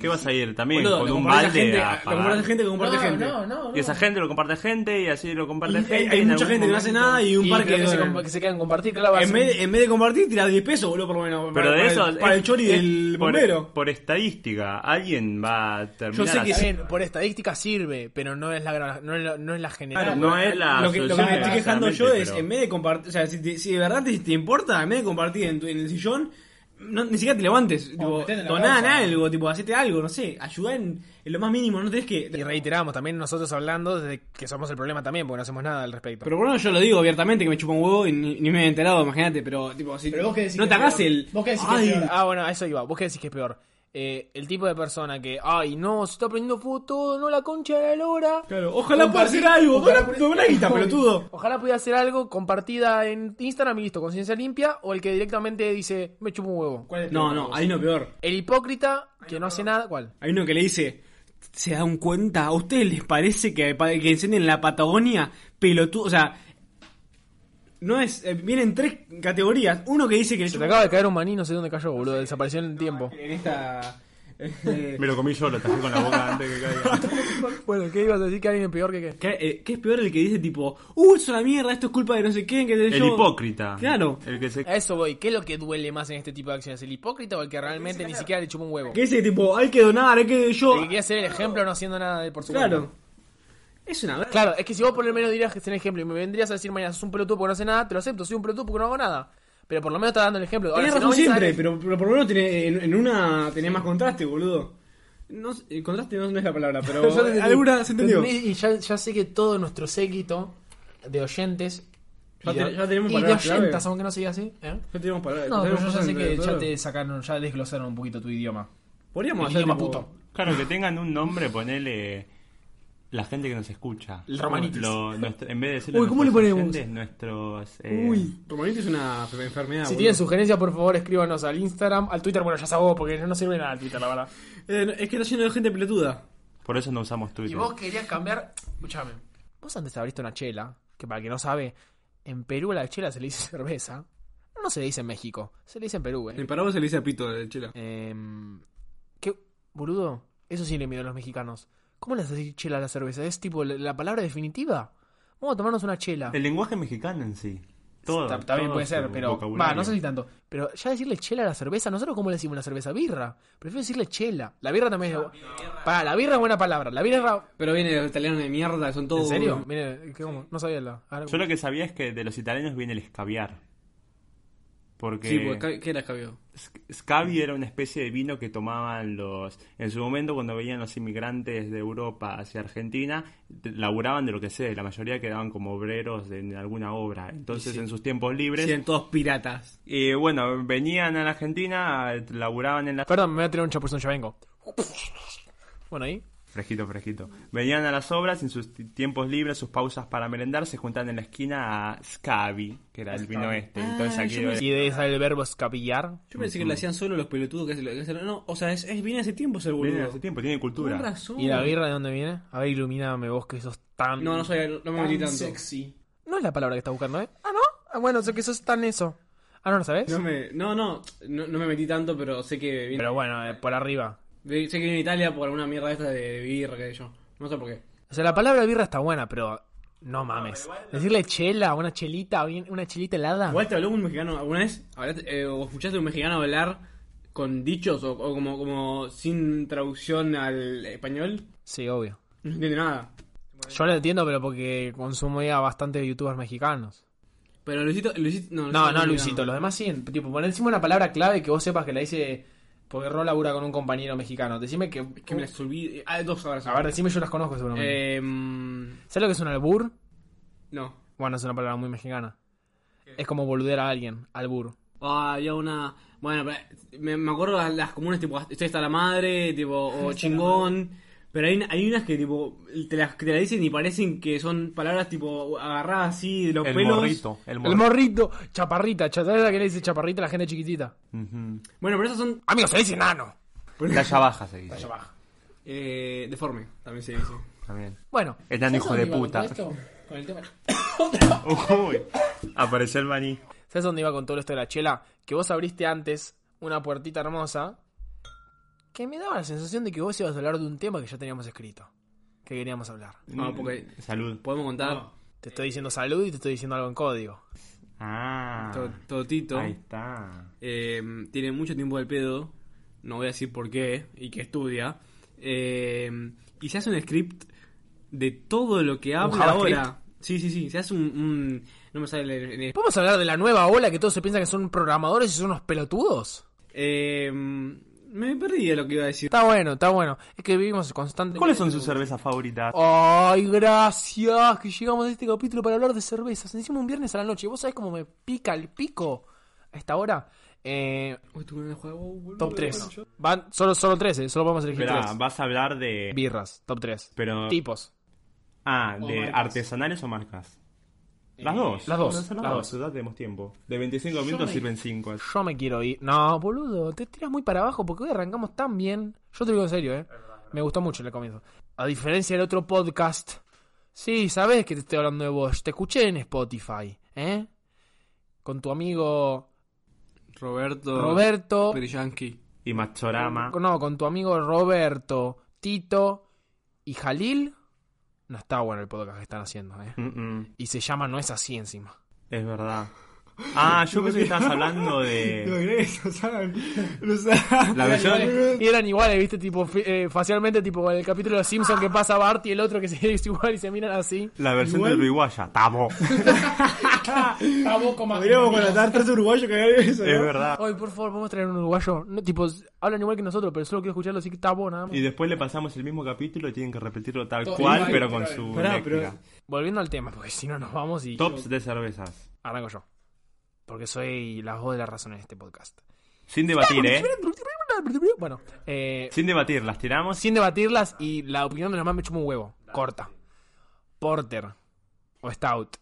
[SPEAKER 4] ¿Qué vas a ir también?
[SPEAKER 1] Boludo,
[SPEAKER 4] con
[SPEAKER 1] lo
[SPEAKER 4] un
[SPEAKER 1] comparte
[SPEAKER 4] balde
[SPEAKER 1] gente,
[SPEAKER 4] a
[SPEAKER 1] lo comparte
[SPEAKER 4] pagar?
[SPEAKER 1] gente que comparte gente.
[SPEAKER 3] no,
[SPEAKER 4] Y esa gente lo comparte gente y así lo comparte
[SPEAKER 1] Y hay,
[SPEAKER 4] gente.
[SPEAKER 1] hay
[SPEAKER 4] y en
[SPEAKER 1] mucha
[SPEAKER 4] algún
[SPEAKER 1] gente que no hace
[SPEAKER 4] momento-
[SPEAKER 1] nada Ah, y un par que...
[SPEAKER 3] que, se, compa- que se quedan compartir, claro, va a
[SPEAKER 1] en,
[SPEAKER 3] ser
[SPEAKER 1] vez,
[SPEAKER 3] un-
[SPEAKER 1] de- en vez de compartir, tiras 10 pesos, boludo, por lo menos.
[SPEAKER 4] Pero
[SPEAKER 1] para,
[SPEAKER 4] de
[SPEAKER 1] para
[SPEAKER 4] eso.
[SPEAKER 1] el- para el chori del
[SPEAKER 4] por,
[SPEAKER 1] bombero.
[SPEAKER 4] Por estadística, alguien va a terminar.
[SPEAKER 1] sé que
[SPEAKER 4] así.
[SPEAKER 3] Está bien, por estadística sirve, pero no es la gran- no es la, no es la general.
[SPEAKER 4] Claro, no es la
[SPEAKER 1] lo que, lo que me
[SPEAKER 4] solución,
[SPEAKER 1] estoy quejando yo es,
[SPEAKER 4] pero-
[SPEAKER 1] en vez de compartir, o sea, si, te- si de verdad te, te importa, en vez de compartir en, tu- en el sillón, no, ni siquiera te levantes, tipo,
[SPEAKER 3] metete en la
[SPEAKER 1] doná en
[SPEAKER 3] causa.
[SPEAKER 1] algo, tipo, hacete algo, no sé, ayudá en, en lo más mínimo, no tenés que...
[SPEAKER 3] Y reiteramos, también nosotros hablando de que somos el problema también, porque no hacemos nada al respecto.
[SPEAKER 1] Pero bueno, yo lo digo abiertamente que me chupa un huevo y ni, ni me he enterado, imagínate, pero tipo, si no te hagas el... "Ay,
[SPEAKER 3] Ah, bueno, a eso iba. Vos qué decís que es peor. Eh, el tipo de persona que, ay, no, se está prendiendo fuego todo, no la concha de la lora.
[SPEAKER 1] Claro, ojalá pueda hacer algo, ojalá doná guita, pelotudo.
[SPEAKER 3] Ojalá pudiera hacer algo compartida en Instagram y listo, conciencia limpia, o el que directamente dice, me chupo un huevo.
[SPEAKER 1] No, no, hay uno peor.
[SPEAKER 3] El hipócrita que no hace nada, ¿cuál?
[SPEAKER 1] Hay uno que le dice, ¿se dan cuenta? ¿A ustedes les parece que, pa- que encienden la Patagonia pelotudo? O sea, no es... eh, vienen tres categorías. Uno que dice que...
[SPEAKER 3] Se te acaba de caer un maní, no sé dónde cayó, boludo. Desapareció en el tiempo.
[SPEAKER 1] En esta... Eh,
[SPEAKER 4] Me lo comí yo, lo tajé con la boca antes que caiga.
[SPEAKER 3] Bueno, ¿qué ibas a decir que alguien es peor que qué?
[SPEAKER 1] ¿Qué, eh, qué es peor el que dice tipo, uh, es una mierda, esto es culpa de no sé quién? Que te
[SPEAKER 4] El hipócrita.
[SPEAKER 1] Claro.
[SPEAKER 4] El que se
[SPEAKER 3] A eso voy. ¿Qué es lo que duele más en este tipo de acciones? ¿El hipócrita o el que realmente ni siquiera le chupa un huevo?
[SPEAKER 1] Que dice tipo, hay que donar, hay que yo.
[SPEAKER 3] El que quiere ser el ejemplo no haciendo nada de por su
[SPEAKER 1] Claro.
[SPEAKER 3] cuenta.
[SPEAKER 1] Es una verga.
[SPEAKER 3] Claro, es que si vos por lo menos dirías que es el ejemplo y me vendrías a decir mañana sos un pelotudo porque no hace nada, te lo acepto, soy un pelotudo porque no hago nada. Pero por lo menos estás dando el ejemplo. Ahora,
[SPEAKER 1] Tenés
[SPEAKER 3] si no
[SPEAKER 1] razón
[SPEAKER 3] venís a dar
[SPEAKER 1] siempre,
[SPEAKER 3] el-
[SPEAKER 1] pero, pero por lo menos tenés- en, en una tenés más contraste, boludo. No, sé, el contraste no, no es la palabra, pero
[SPEAKER 3] Yo te entendí.
[SPEAKER 1] alguna se entendió.
[SPEAKER 3] Entendí, Y ya, ya sé que todo nuestro séquito de oyentes.
[SPEAKER 1] Ya
[SPEAKER 3] y
[SPEAKER 1] te-
[SPEAKER 3] de-
[SPEAKER 1] ya tenemos
[SPEAKER 3] y de
[SPEAKER 1] palabras clave.
[SPEAKER 3] oyentas, aunque no se diga así. ¿eh?
[SPEAKER 1] No tenemos palabras.
[SPEAKER 3] No,
[SPEAKER 1] no
[SPEAKER 3] pero yo
[SPEAKER 1] tenemos
[SPEAKER 3] ya sé
[SPEAKER 1] palabras,
[SPEAKER 3] que ya
[SPEAKER 1] pero-
[SPEAKER 3] te sacaron, ya desglosaron un poquito tu idioma.
[SPEAKER 1] Podríamos
[SPEAKER 3] El
[SPEAKER 1] hacer
[SPEAKER 3] idioma
[SPEAKER 1] tipo-
[SPEAKER 3] puto.
[SPEAKER 4] Claro, que tengan un nombre, ponele la gente que nos escucha.
[SPEAKER 3] El romanitis.
[SPEAKER 4] Lo- nuestro- en vez de decirlo
[SPEAKER 3] Uy, ¿cómo
[SPEAKER 4] nuestros
[SPEAKER 3] le ponemos?
[SPEAKER 4] oyentes, nuestros... eh,
[SPEAKER 1] Uy, romanitis es una fe- enfermedad.
[SPEAKER 3] Si
[SPEAKER 1] boludo.
[SPEAKER 3] tienen sugerencias, por favor, escríbanos al Instagram, al Twitter. Bueno, ya sabemos porque no sirve nada el Twitter, la verdad.
[SPEAKER 1] Eh, no, es que está lleno de gente pelotuda.
[SPEAKER 4] Por eso no usamos
[SPEAKER 3] Y
[SPEAKER 4] Twitter.
[SPEAKER 3] vos querías cambiar. Escúchame. Vos antes abriste una chela, que para el que no sabe, en Perú a la chela se le dice cerveza. No se le dice en México, se le dice en Perú, eh.
[SPEAKER 1] En Paraguay se le dice a pito de chela.
[SPEAKER 3] Em, ¿Qué? Boludo, eso sí le miedo a los mexicanos. ¿Cómo les decís chela a la cerveza? ¿Es tipo la, la palabra definitiva? Vamos a tomarnos una chela.
[SPEAKER 4] El lenguaje mexicano en sí. Todo.
[SPEAKER 3] Ta- También
[SPEAKER 4] todo
[SPEAKER 3] puede
[SPEAKER 4] su
[SPEAKER 3] ser, pero. Va,
[SPEAKER 4] vocabulario.
[SPEAKER 3] no sé si tanto. Pero ya decirle chela a la cerveza, nosotros cómo le decimos una cerveza birra. Prefiero decirle chela. La birra también es. Para, la birra es buena palabra. La birra es.
[SPEAKER 1] Pero viene de los italianos de mierda, son todos.
[SPEAKER 3] ¿En serio? Mire, ¿qué- cómo? no sabía la. ahora-
[SPEAKER 4] Yo lo que sabía es que de los italianos viene el escabiar. Porque...
[SPEAKER 1] Sí, porque ca- ¿qué era Javier?
[SPEAKER 4] Sc- Scabi era una especie de vino que tomaban los... En su momento, cuando veían los inmigrantes de Europa hacia Argentina, de- laburaban de lo que sea. y La mayoría quedaban como obreros de, en alguna obra. Entonces, en sus tiempos libres...
[SPEAKER 1] Eran todos piratas.
[SPEAKER 4] Y bueno, venían a la Argentina, laburaban en la...
[SPEAKER 3] Perdón, me voy a tirar un chapuzón, ya vengo. Bueno, ahí.
[SPEAKER 4] Fresquito, fresquito. Venían a las obras, en sus t- tiempos libres, sus pausas para merendar, se juntaban en la esquina a Scabi, que era el vino este.
[SPEAKER 1] Ah,
[SPEAKER 4] Entonces aquí...
[SPEAKER 3] Y de ahí sale el verbo escapillar.
[SPEAKER 1] Yo pensé que lo hacían solo los pelotudos que hacen lo que hacen. No, o sea, es, es viene hace tiempo ser boludo.
[SPEAKER 4] Viene hace tiempo, tiene
[SPEAKER 1] Con
[SPEAKER 4] cultura.
[SPEAKER 1] razón.
[SPEAKER 3] ¿Y la birra de dónde viene? A ver, iluminame vos que sos tan.
[SPEAKER 1] Uh. No, no soy, no me metí tanto.
[SPEAKER 3] No es la palabra que estás buscando, ¿eh? Ah, no. Ah, bueno, sé que sos tan eso. Ah, no lo sabes.
[SPEAKER 1] No me, no, no, no, no me metí tanto, pero sé que viene,
[SPEAKER 3] Pero bueno, eh, por arriba.
[SPEAKER 1] de- sé que viene de Italia por alguna mierda esta de birra que yo. No sé por qué.
[SPEAKER 3] O sea, la palabra birra está buena, pero no mames. Decirle chela, una chelita, bien- una chelita helada.
[SPEAKER 1] Igual te habló un mexicano alguna vez, Hablaste, eh, o escuchaste a un mexicano hablar con dichos o, o como, como sin traducción al español,
[SPEAKER 3] Sí, obvio.
[SPEAKER 1] no entiende nada.
[SPEAKER 3] Yo lo entiendo, pero porque consumo ya bastante youtubers mexicanos.
[SPEAKER 1] Pero Luisito, Luisito, no,
[SPEAKER 3] No, no,
[SPEAKER 1] es
[SPEAKER 3] Luisito, los demás sí. Tipo, poner encima una palabra clave que vos sepas que la dice. Porque Ro labura con un compañero mexicano. Decime que.
[SPEAKER 1] Que me las olvidé. Ah, dos ahora
[SPEAKER 3] A ver, decime, yo las conozco seguramente.
[SPEAKER 1] Eh, mm,
[SPEAKER 3] ¿Sabes lo que es un albur?
[SPEAKER 1] no.
[SPEAKER 3] Bueno, es una palabra muy mexicana. Es como boludear a alguien, albur.
[SPEAKER 1] Ah, había una. Bueno, pero me, me acuerdo las, las comunes, tipo, estoy hasta la madre, tipo, o chingón. Pero hay, hay unas que, tipo, te las, que te las dicen y parecen que son palabras, tipo, agarradas así de los
[SPEAKER 4] El
[SPEAKER 1] pelos.
[SPEAKER 4] morrito. El
[SPEAKER 3] El
[SPEAKER 4] morrito.
[SPEAKER 3] morrito, chaparrita, cha- ¿sabes a qué le dice chaparrita a la gente chiquitita?
[SPEAKER 4] Ujú.
[SPEAKER 1] Bueno, pero esas son
[SPEAKER 3] Amigo, se le dice nano.
[SPEAKER 4] Talla baja se dice.
[SPEAKER 1] eh, deforme, también se dice.
[SPEAKER 4] También.
[SPEAKER 3] Bueno.
[SPEAKER 4] Es tan
[SPEAKER 3] ¿sabes
[SPEAKER 4] hijo
[SPEAKER 3] dónde
[SPEAKER 4] de
[SPEAKER 3] iba con
[SPEAKER 4] puta.
[SPEAKER 3] todo esto? Con el tema-
[SPEAKER 4] Uy, apareció el maní.
[SPEAKER 3] ¿Sabes dónde iba con todo esto de la chela? Que vos abriste antes una puertita hermosa que me daba la sensación de que vos ibas a hablar de un tema que ya teníamos escrito. Que queríamos hablar.
[SPEAKER 1] No, porque
[SPEAKER 4] Salud.
[SPEAKER 1] podemos contar
[SPEAKER 3] Te estoy diciendo salud y te estoy diciendo algo en código.
[SPEAKER 4] Ah,
[SPEAKER 1] to- Totito.
[SPEAKER 4] ahí está.
[SPEAKER 1] eh, tiene mucho tiempo al pedo, no voy a decir por qué, y que estudia, eh, y se hace un script de todo lo que habla
[SPEAKER 3] JavaScript?
[SPEAKER 1] ahora. Sí, sí, sí, se hace un... un- no me sale el- el-
[SPEAKER 3] ¿Podemos hablar de la nueva ola que todos se piensan que son programadores y son unos pelotudos?
[SPEAKER 1] eh, me perdí de lo que iba a decir.
[SPEAKER 3] Está bueno, está bueno. Es que vivimos constantemente.
[SPEAKER 4] ¿Cuáles son sus cervezas favoritas?
[SPEAKER 3] Oh, Ay, gracias, que llegamos a este capítulo para hablar de cervezas. Encima un viernes a la noche. ¿Vos sabés cómo me pica el pico a esta hora? Eh,
[SPEAKER 1] Uy, tuve una jugada, oh, boludo.
[SPEAKER 3] top 3. Van, solo, solo 3, eh, solo vamos a elegir
[SPEAKER 4] Esperá,
[SPEAKER 3] 3.
[SPEAKER 4] vas a hablar de.
[SPEAKER 3] Birras, top 3.
[SPEAKER 4] Pero.
[SPEAKER 3] Tipos.
[SPEAKER 4] Ah, de artesanales o marcas. Las dos.
[SPEAKER 3] Oh, Eh, las dos,
[SPEAKER 4] No son
[SPEAKER 3] las
[SPEAKER 4] dos. Ya tenemos tiempo. De 25 minutos sirven 5.
[SPEAKER 3] Yo me quiero ir. No, boludo, te tiras muy para abajo porque hoy arrancamos tan bien. Yo te lo digo en serio, eh. Me gustó mucho el comienzo. A diferencia del otro podcast. Sí, sabes que te estoy hablando de vos. Te escuché en Spotify, ¿eh? Con tu amigo
[SPEAKER 1] Roberto...
[SPEAKER 3] Roberto.
[SPEAKER 1] Periyanqui.
[SPEAKER 4] y Machorama.
[SPEAKER 3] No, con tu amigo Roberto, Tito y Jalil. No está bueno el podcast que están haciendo, ¿eh?
[SPEAKER 4] Mm, mm,
[SPEAKER 3] Y se llama No es así encima.
[SPEAKER 4] es verdad. Ah, yo pensé que estabas hablando de.
[SPEAKER 1] Eso, ¿saben? Lo saben.
[SPEAKER 4] La versión.
[SPEAKER 3] Y eran iguales, viste, tipo fi- eh, facialmente, tipo el capítulo de los Simpsons que pasa Bart y el otro que se es igual y se miran así.
[SPEAKER 4] La versión del Uruguaya, tamo.
[SPEAKER 1] Podríamos contratar tres uruguayos que hagan eso.
[SPEAKER 4] Es
[SPEAKER 1] ¿no?
[SPEAKER 4] verdad.
[SPEAKER 3] Hoy, por favor, podemos traer un uruguayo. No, tipo, hablan igual que nosotros, pero solo quiero escucharlo así que está bueno, nada más.
[SPEAKER 4] Y después le pasamos el mismo capítulo y tienen que repetirlo tal cual, pero con su.
[SPEAKER 1] Pará, pero-
[SPEAKER 4] léxica.
[SPEAKER 3] Volviendo al tema, porque si no nos vamos y.
[SPEAKER 4] Tops de cervezas.
[SPEAKER 3] Arranco yo. Porque soy la voz de la razón en este podcast.
[SPEAKER 4] Sin debatir, ¿eh?
[SPEAKER 3] Bueno, eh,
[SPEAKER 4] Sin debatir, las tiramos.
[SPEAKER 3] sin debatirlas y la opinión de los más me chupa un huevo. Corta. Porter o Stout.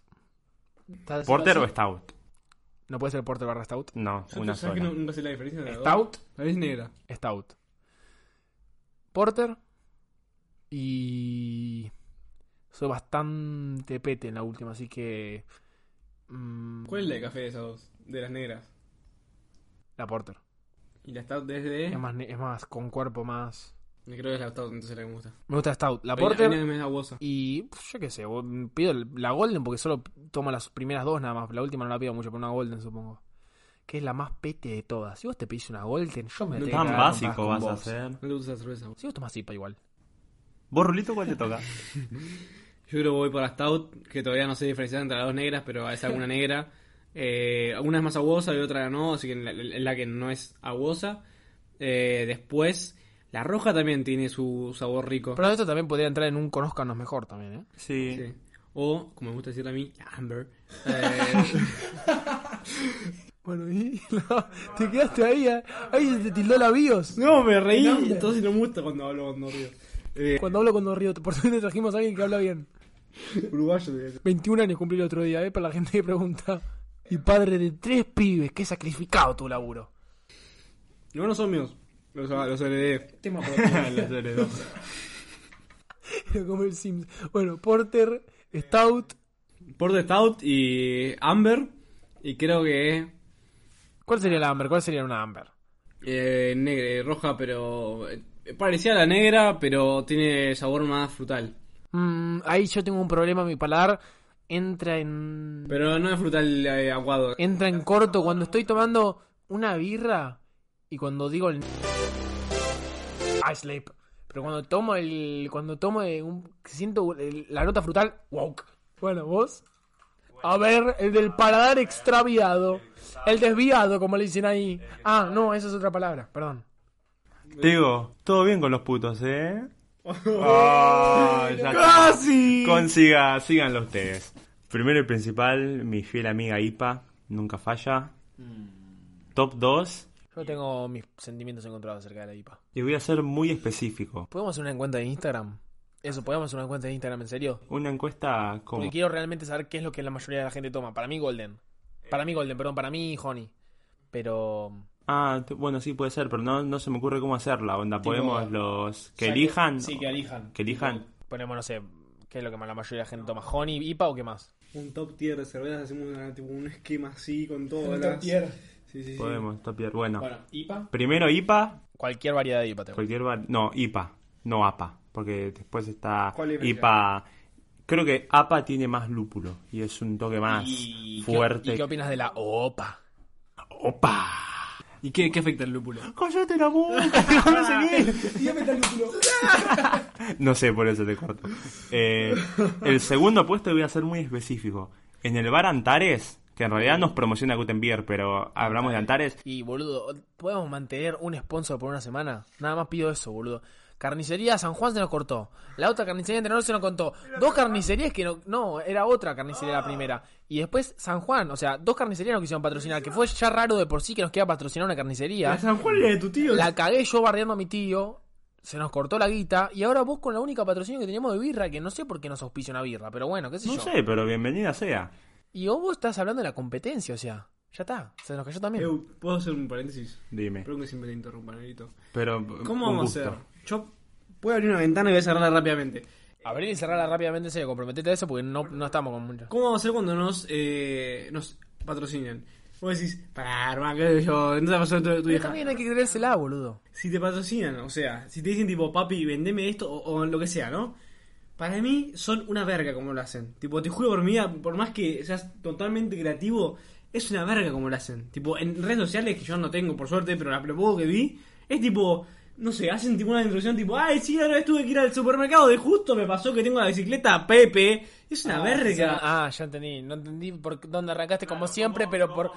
[SPEAKER 4] ¿Porter o Stout?
[SPEAKER 3] No puede ser Porter barra Stout.
[SPEAKER 4] No, una
[SPEAKER 1] ¿Sabes que
[SPEAKER 4] sola.
[SPEAKER 1] no- nunca sé la diferencia entre las dos?
[SPEAKER 3] Stout,
[SPEAKER 1] La es negra.
[SPEAKER 3] Stout. Porter y soy bastante pete en la última, así que mm,
[SPEAKER 1] ¿Cuál es la de café de esas dos? De las negras.
[SPEAKER 3] la Porter.
[SPEAKER 1] Y la Stout desde.
[SPEAKER 3] Es más ne- es más con cuerpo más.
[SPEAKER 1] Creo que es la Stout, entonces la que me gusta.
[SPEAKER 3] Me gusta Stout, la
[SPEAKER 1] A mí- a
[SPEAKER 3] Porter
[SPEAKER 1] mí me da guasa.
[SPEAKER 3] y pf, yo qué sé, o- mm, pido la Golden porque solo tomo las primeras dos nada más, la última no la pido mucho, pero una Golden supongo. Que es la más pete de todas. Si vos te pedís una Golden, yo me la
[SPEAKER 1] No
[SPEAKER 3] tengo que
[SPEAKER 4] Tan
[SPEAKER 3] cagar a trompadas
[SPEAKER 4] básico
[SPEAKER 3] con
[SPEAKER 4] vas a
[SPEAKER 3] vos.
[SPEAKER 4] hacer.
[SPEAKER 1] No te gusta esa cerveza. vos.
[SPEAKER 3] Si vos tomás IPA igual.
[SPEAKER 4] ¿Vos, Rulito, cuál te toca?
[SPEAKER 1] Yo creo que voy por la Stout, que todavía no sé diferenciar entre las dos negras, pero es alguna negra. Eh, una es más aguosa y otra no, así que la, la- la que no es aguosa. Eh, después, la roja también tiene su sabor rico.
[SPEAKER 3] Pero esto también podría entrar en un conozcanos mejor también, ¿eh?
[SPEAKER 4] Sí.
[SPEAKER 1] Sí. O, como me gusta decir a mí, la Amber. Eh,
[SPEAKER 3] Bueno, y no, te quedaste ahí, ¿eh? ahí se te tildó la BIOS.
[SPEAKER 1] no, me reí, entonces no me gusta cuando hablo cuando río. Eh,
[SPEAKER 3] Cuando hablo con Río, por suerte trajimos a alguien que habla bien.
[SPEAKER 1] uruguayo. te voy a decir.
[SPEAKER 3] 21 años cumplí el otro día, ¿eh? Para la gente que pregunta. Y padre de tres pibes, qué sacrificado tu laburo.
[SPEAKER 1] No, no son míos. Los, los heredé.
[SPEAKER 4] Los heredó.
[SPEAKER 3] Era como el Sims. Bueno, Porter, Stout.
[SPEAKER 1] Porter Stout y Amber. Y creo que
[SPEAKER 3] ¿Cuál sería la Amber? ¿Cuál sería una Amber?
[SPEAKER 1] Eh, negre, roja, pero. eh, Parecía a la negra, pero tiene sabor más frutal.
[SPEAKER 3] Mm, ahí yo tengo un problema, mi paladar entra en.
[SPEAKER 1] Pero no es frutal eh, aguado.
[SPEAKER 3] entra en corto cuando estoy tomando una birra y cuando digo el I sleep. Pero cuando tomo el cuando tomo eh, un, siento el- la nota frutal, wow. Bueno, vos a ver, el del paladar extraviado, el desviado, como le dicen ahí. Ah, no, esa es otra palabra, perdón.
[SPEAKER 4] Te digo, todo bien con los putos, ¿eh?
[SPEAKER 1] Oh.
[SPEAKER 4] Ah, ya está. Consiga, síganlo ustedes. Primero y principal, mi fiel amiga Ipa, nunca falla.
[SPEAKER 1] Mm.
[SPEAKER 4] Top 2,
[SPEAKER 3] Yo tengo mis sentimientos encontrados acerca de la IPA.
[SPEAKER 4] y voy a ser muy específico.
[SPEAKER 3] ¿Podemos hacer una cuenta de Instagram? Eso, podemos hacer una cuenta de Instagram, en serio.
[SPEAKER 4] Una encuesta como...
[SPEAKER 3] Porque quiero realmente saber qué es lo que la mayoría de la gente toma. Para mí, Golden. Para mí, Golden, perdón, para mí, Honey. Pero.
[SPEAKER 4] Ah, t- bueno, sí puede ser, pero no, no se me ocurre cómo hacerla. Onda, podemos los... Que elijan.
[SPEAKER 3] elijan.
[SPEAKER 4] Que elijan.
[SPEAKER 3] Ponemos, no sé, qué es lo que la mayoría de la gente toma. ¿Honey, IPA o qué más?
[SPEAKER 1] Un top tier de cervezas, hacemos una- tipo, un esquema así con todo. las- Sí, sí, sí.
[SPEAKER 4] Podemos, top tier. Bueno,
[SPEAKER 3] IPA.
[SPEAKER 4] primero IPA,
[SPEAKER 3] Cualquier variedad de IPA te gusta.
[SPEAKER 4] Cualquier bar- No, IPA, no APA. Porque después está
[SPEAKER 1] ¿Cuál es la
[SPEAKER 4] IPA. Creo que APA tiene más lúpulo y es un toque más fuerte.
[SPEAKER 3] ¿Y qué opinas de la OPA?
[SPEAKER 4] ¡Opa!
[SPEAKER 1] ¿Y qué, qué afecta el lúpulo?
[SPEAKER 4] ¡Cállate la boca! digo, no sé qué. No sé, por eso te corto. Eh, el segundo puesto voy a ser muy específico. En el bar Antares, que en realidad nos promociona Gutenberg, pero hablamos de Antares.
[SPEAKER 3] Y boludo, ¿podemos mantener un sponsor por una semana? Nada más pido eso, boludo. Carnicería San Juan se nos cortó. La otra carnicería Entre se nos contó. Dos carnicerías que no. No, era otra carnicería
[SPEAKER 4] Ah.
[SPEAKER 3] la primera. Y después San Juan, o sea, dos carnicerías nos quisieron patrocinar. Que fue ya raro de por sí que nos queda patrocinar una carnicería.
[SPEAKER 1] San Juan era de tu tío.
[SPEAKER 3] La cagué yo bardeando a mi tío. Se nos cortó la guita. Y ahora vos con la única patrocinio que teníamos de birra, que no sé por qué nos auspicia una birra, pero bueno, qué sé
[SPEAKER 4] No
[SPEAKER 3] yo.
[SPEAKER 4] sé, pero bienvenida sea.
[SPEAKER 3] Y vos estás hablando de la competencia, o sea. Ya está, se nos cayó también.
[SPEAKER 1] Eu, ¿Puedo hacer un paréntesis?
[SPEAKER 4] Dime.
[SPEAKER 1] Espero que siempre te interrumpan, Negrito.
[SPEAKER 4] Pero,
[SPEAKER 1] ¿Cómo
[SPEAKER 4] un
[SPEAKER 1] vamos
[SPEAKER 4] gusto.
[SPEAKER 1] a hacer? Yo puedo abrir una ventana y voy a cerrarla rápidamente.
[SPEAKER 3] Abrir y cerrarla rápidamente, en serio, comprometete a eso porque no, no estamos con mucho.
[SPEAKER 1] ¿Cómo vamos a hacer cuando nos, eh, nos patrocinen? Vos decís, pará, hermano, qué sé yo, no te pasó tu, tu
[SPEAKER 3] Pero
[SPEAKER 1] vieja.
[SPEAKER 3] también hay que creérsela, boludo.
[SPEAKER 1] Si te patrocinan, o sea, si te dicen tipo, papi, vendeme esto o, o lo que sea, ¿no? Para mí son una verga como lo hacen. Tipo, te juro por mi vida, por más que seas totalmente creativo, es una verga como lo hacen. Tipo, en redes sociales que yo no tengo, por suerte, pero las poco que vi, es tipo, no sé, hacen tipo una introducción tipo, ay, sí, ahora tuve que ir al supermercado de justo, me pasó que tengo la bicicleta Pepe. Es una verga.
[SPEAKER 3] Ah, ya entendí. No entendí por qué- dónde arrancaste como siempre, pero por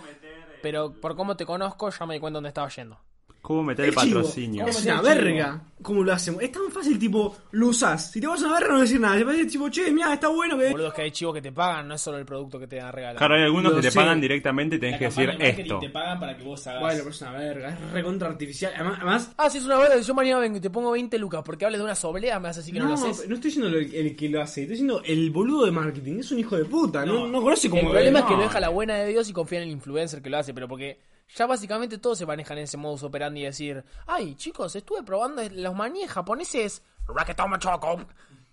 [SPEAKER 3] pero por cómo te conozco ya me di cuenta dónde estaba yendo.
[SPEAKER 4] ¿Cómo meter el
[SPEAKER 1] El chivo.
[SPEAKER 4] patrocinio?
[SPEAKER 1] Es una verga. ¿Cómo lo hacemos? Es tan fácil, tipo, lo usás. Si te vas a una verga, no decir nada. Si parece tipo, che, mira, está bueno que.
[SPEAKER 3] Boludo, es que hay chivos que te pagan, no es solo el producto que te dan regalado.
[SPEAKER 4] Claro, hay algunos
[SPEAKER 1] Lo
[SPEAKER 4] que te
[SPEAKER 1] sé.
[SPEAKER 4] pagan directamente y tenés que decir esto.
[SPEAKER 7] te pagan para que vos hagas.
[SPEAKER 1] Bueno, pero es una verga. Es recontra artificial. Además, además
[SPEAKER 3] Ah, sí, es una verga. Si yo mañana vengo y te pongo 20 lucas porque hables de una soblea, me vas a decir que no,
[SPEAKER 1] no,
[SPEAKER 3] lo haces.
[SPEAKER 1] no estoy diciendo lo- el, que lo hace. Estoy diciendo el boludo de marketing. Es un hijo de puta. No, no conoce
[SPEAKER 3] El
[SPEAKER 1] cómo.
[SPEAKER 3] problema es que lo deja la buena de Dios y confía en el influencer que lo hace, pero porque ya básicamente todos se manejan en ese modus operandi y decir, ay chicos, estuve probando los maníes japoneses, Raketama Choco,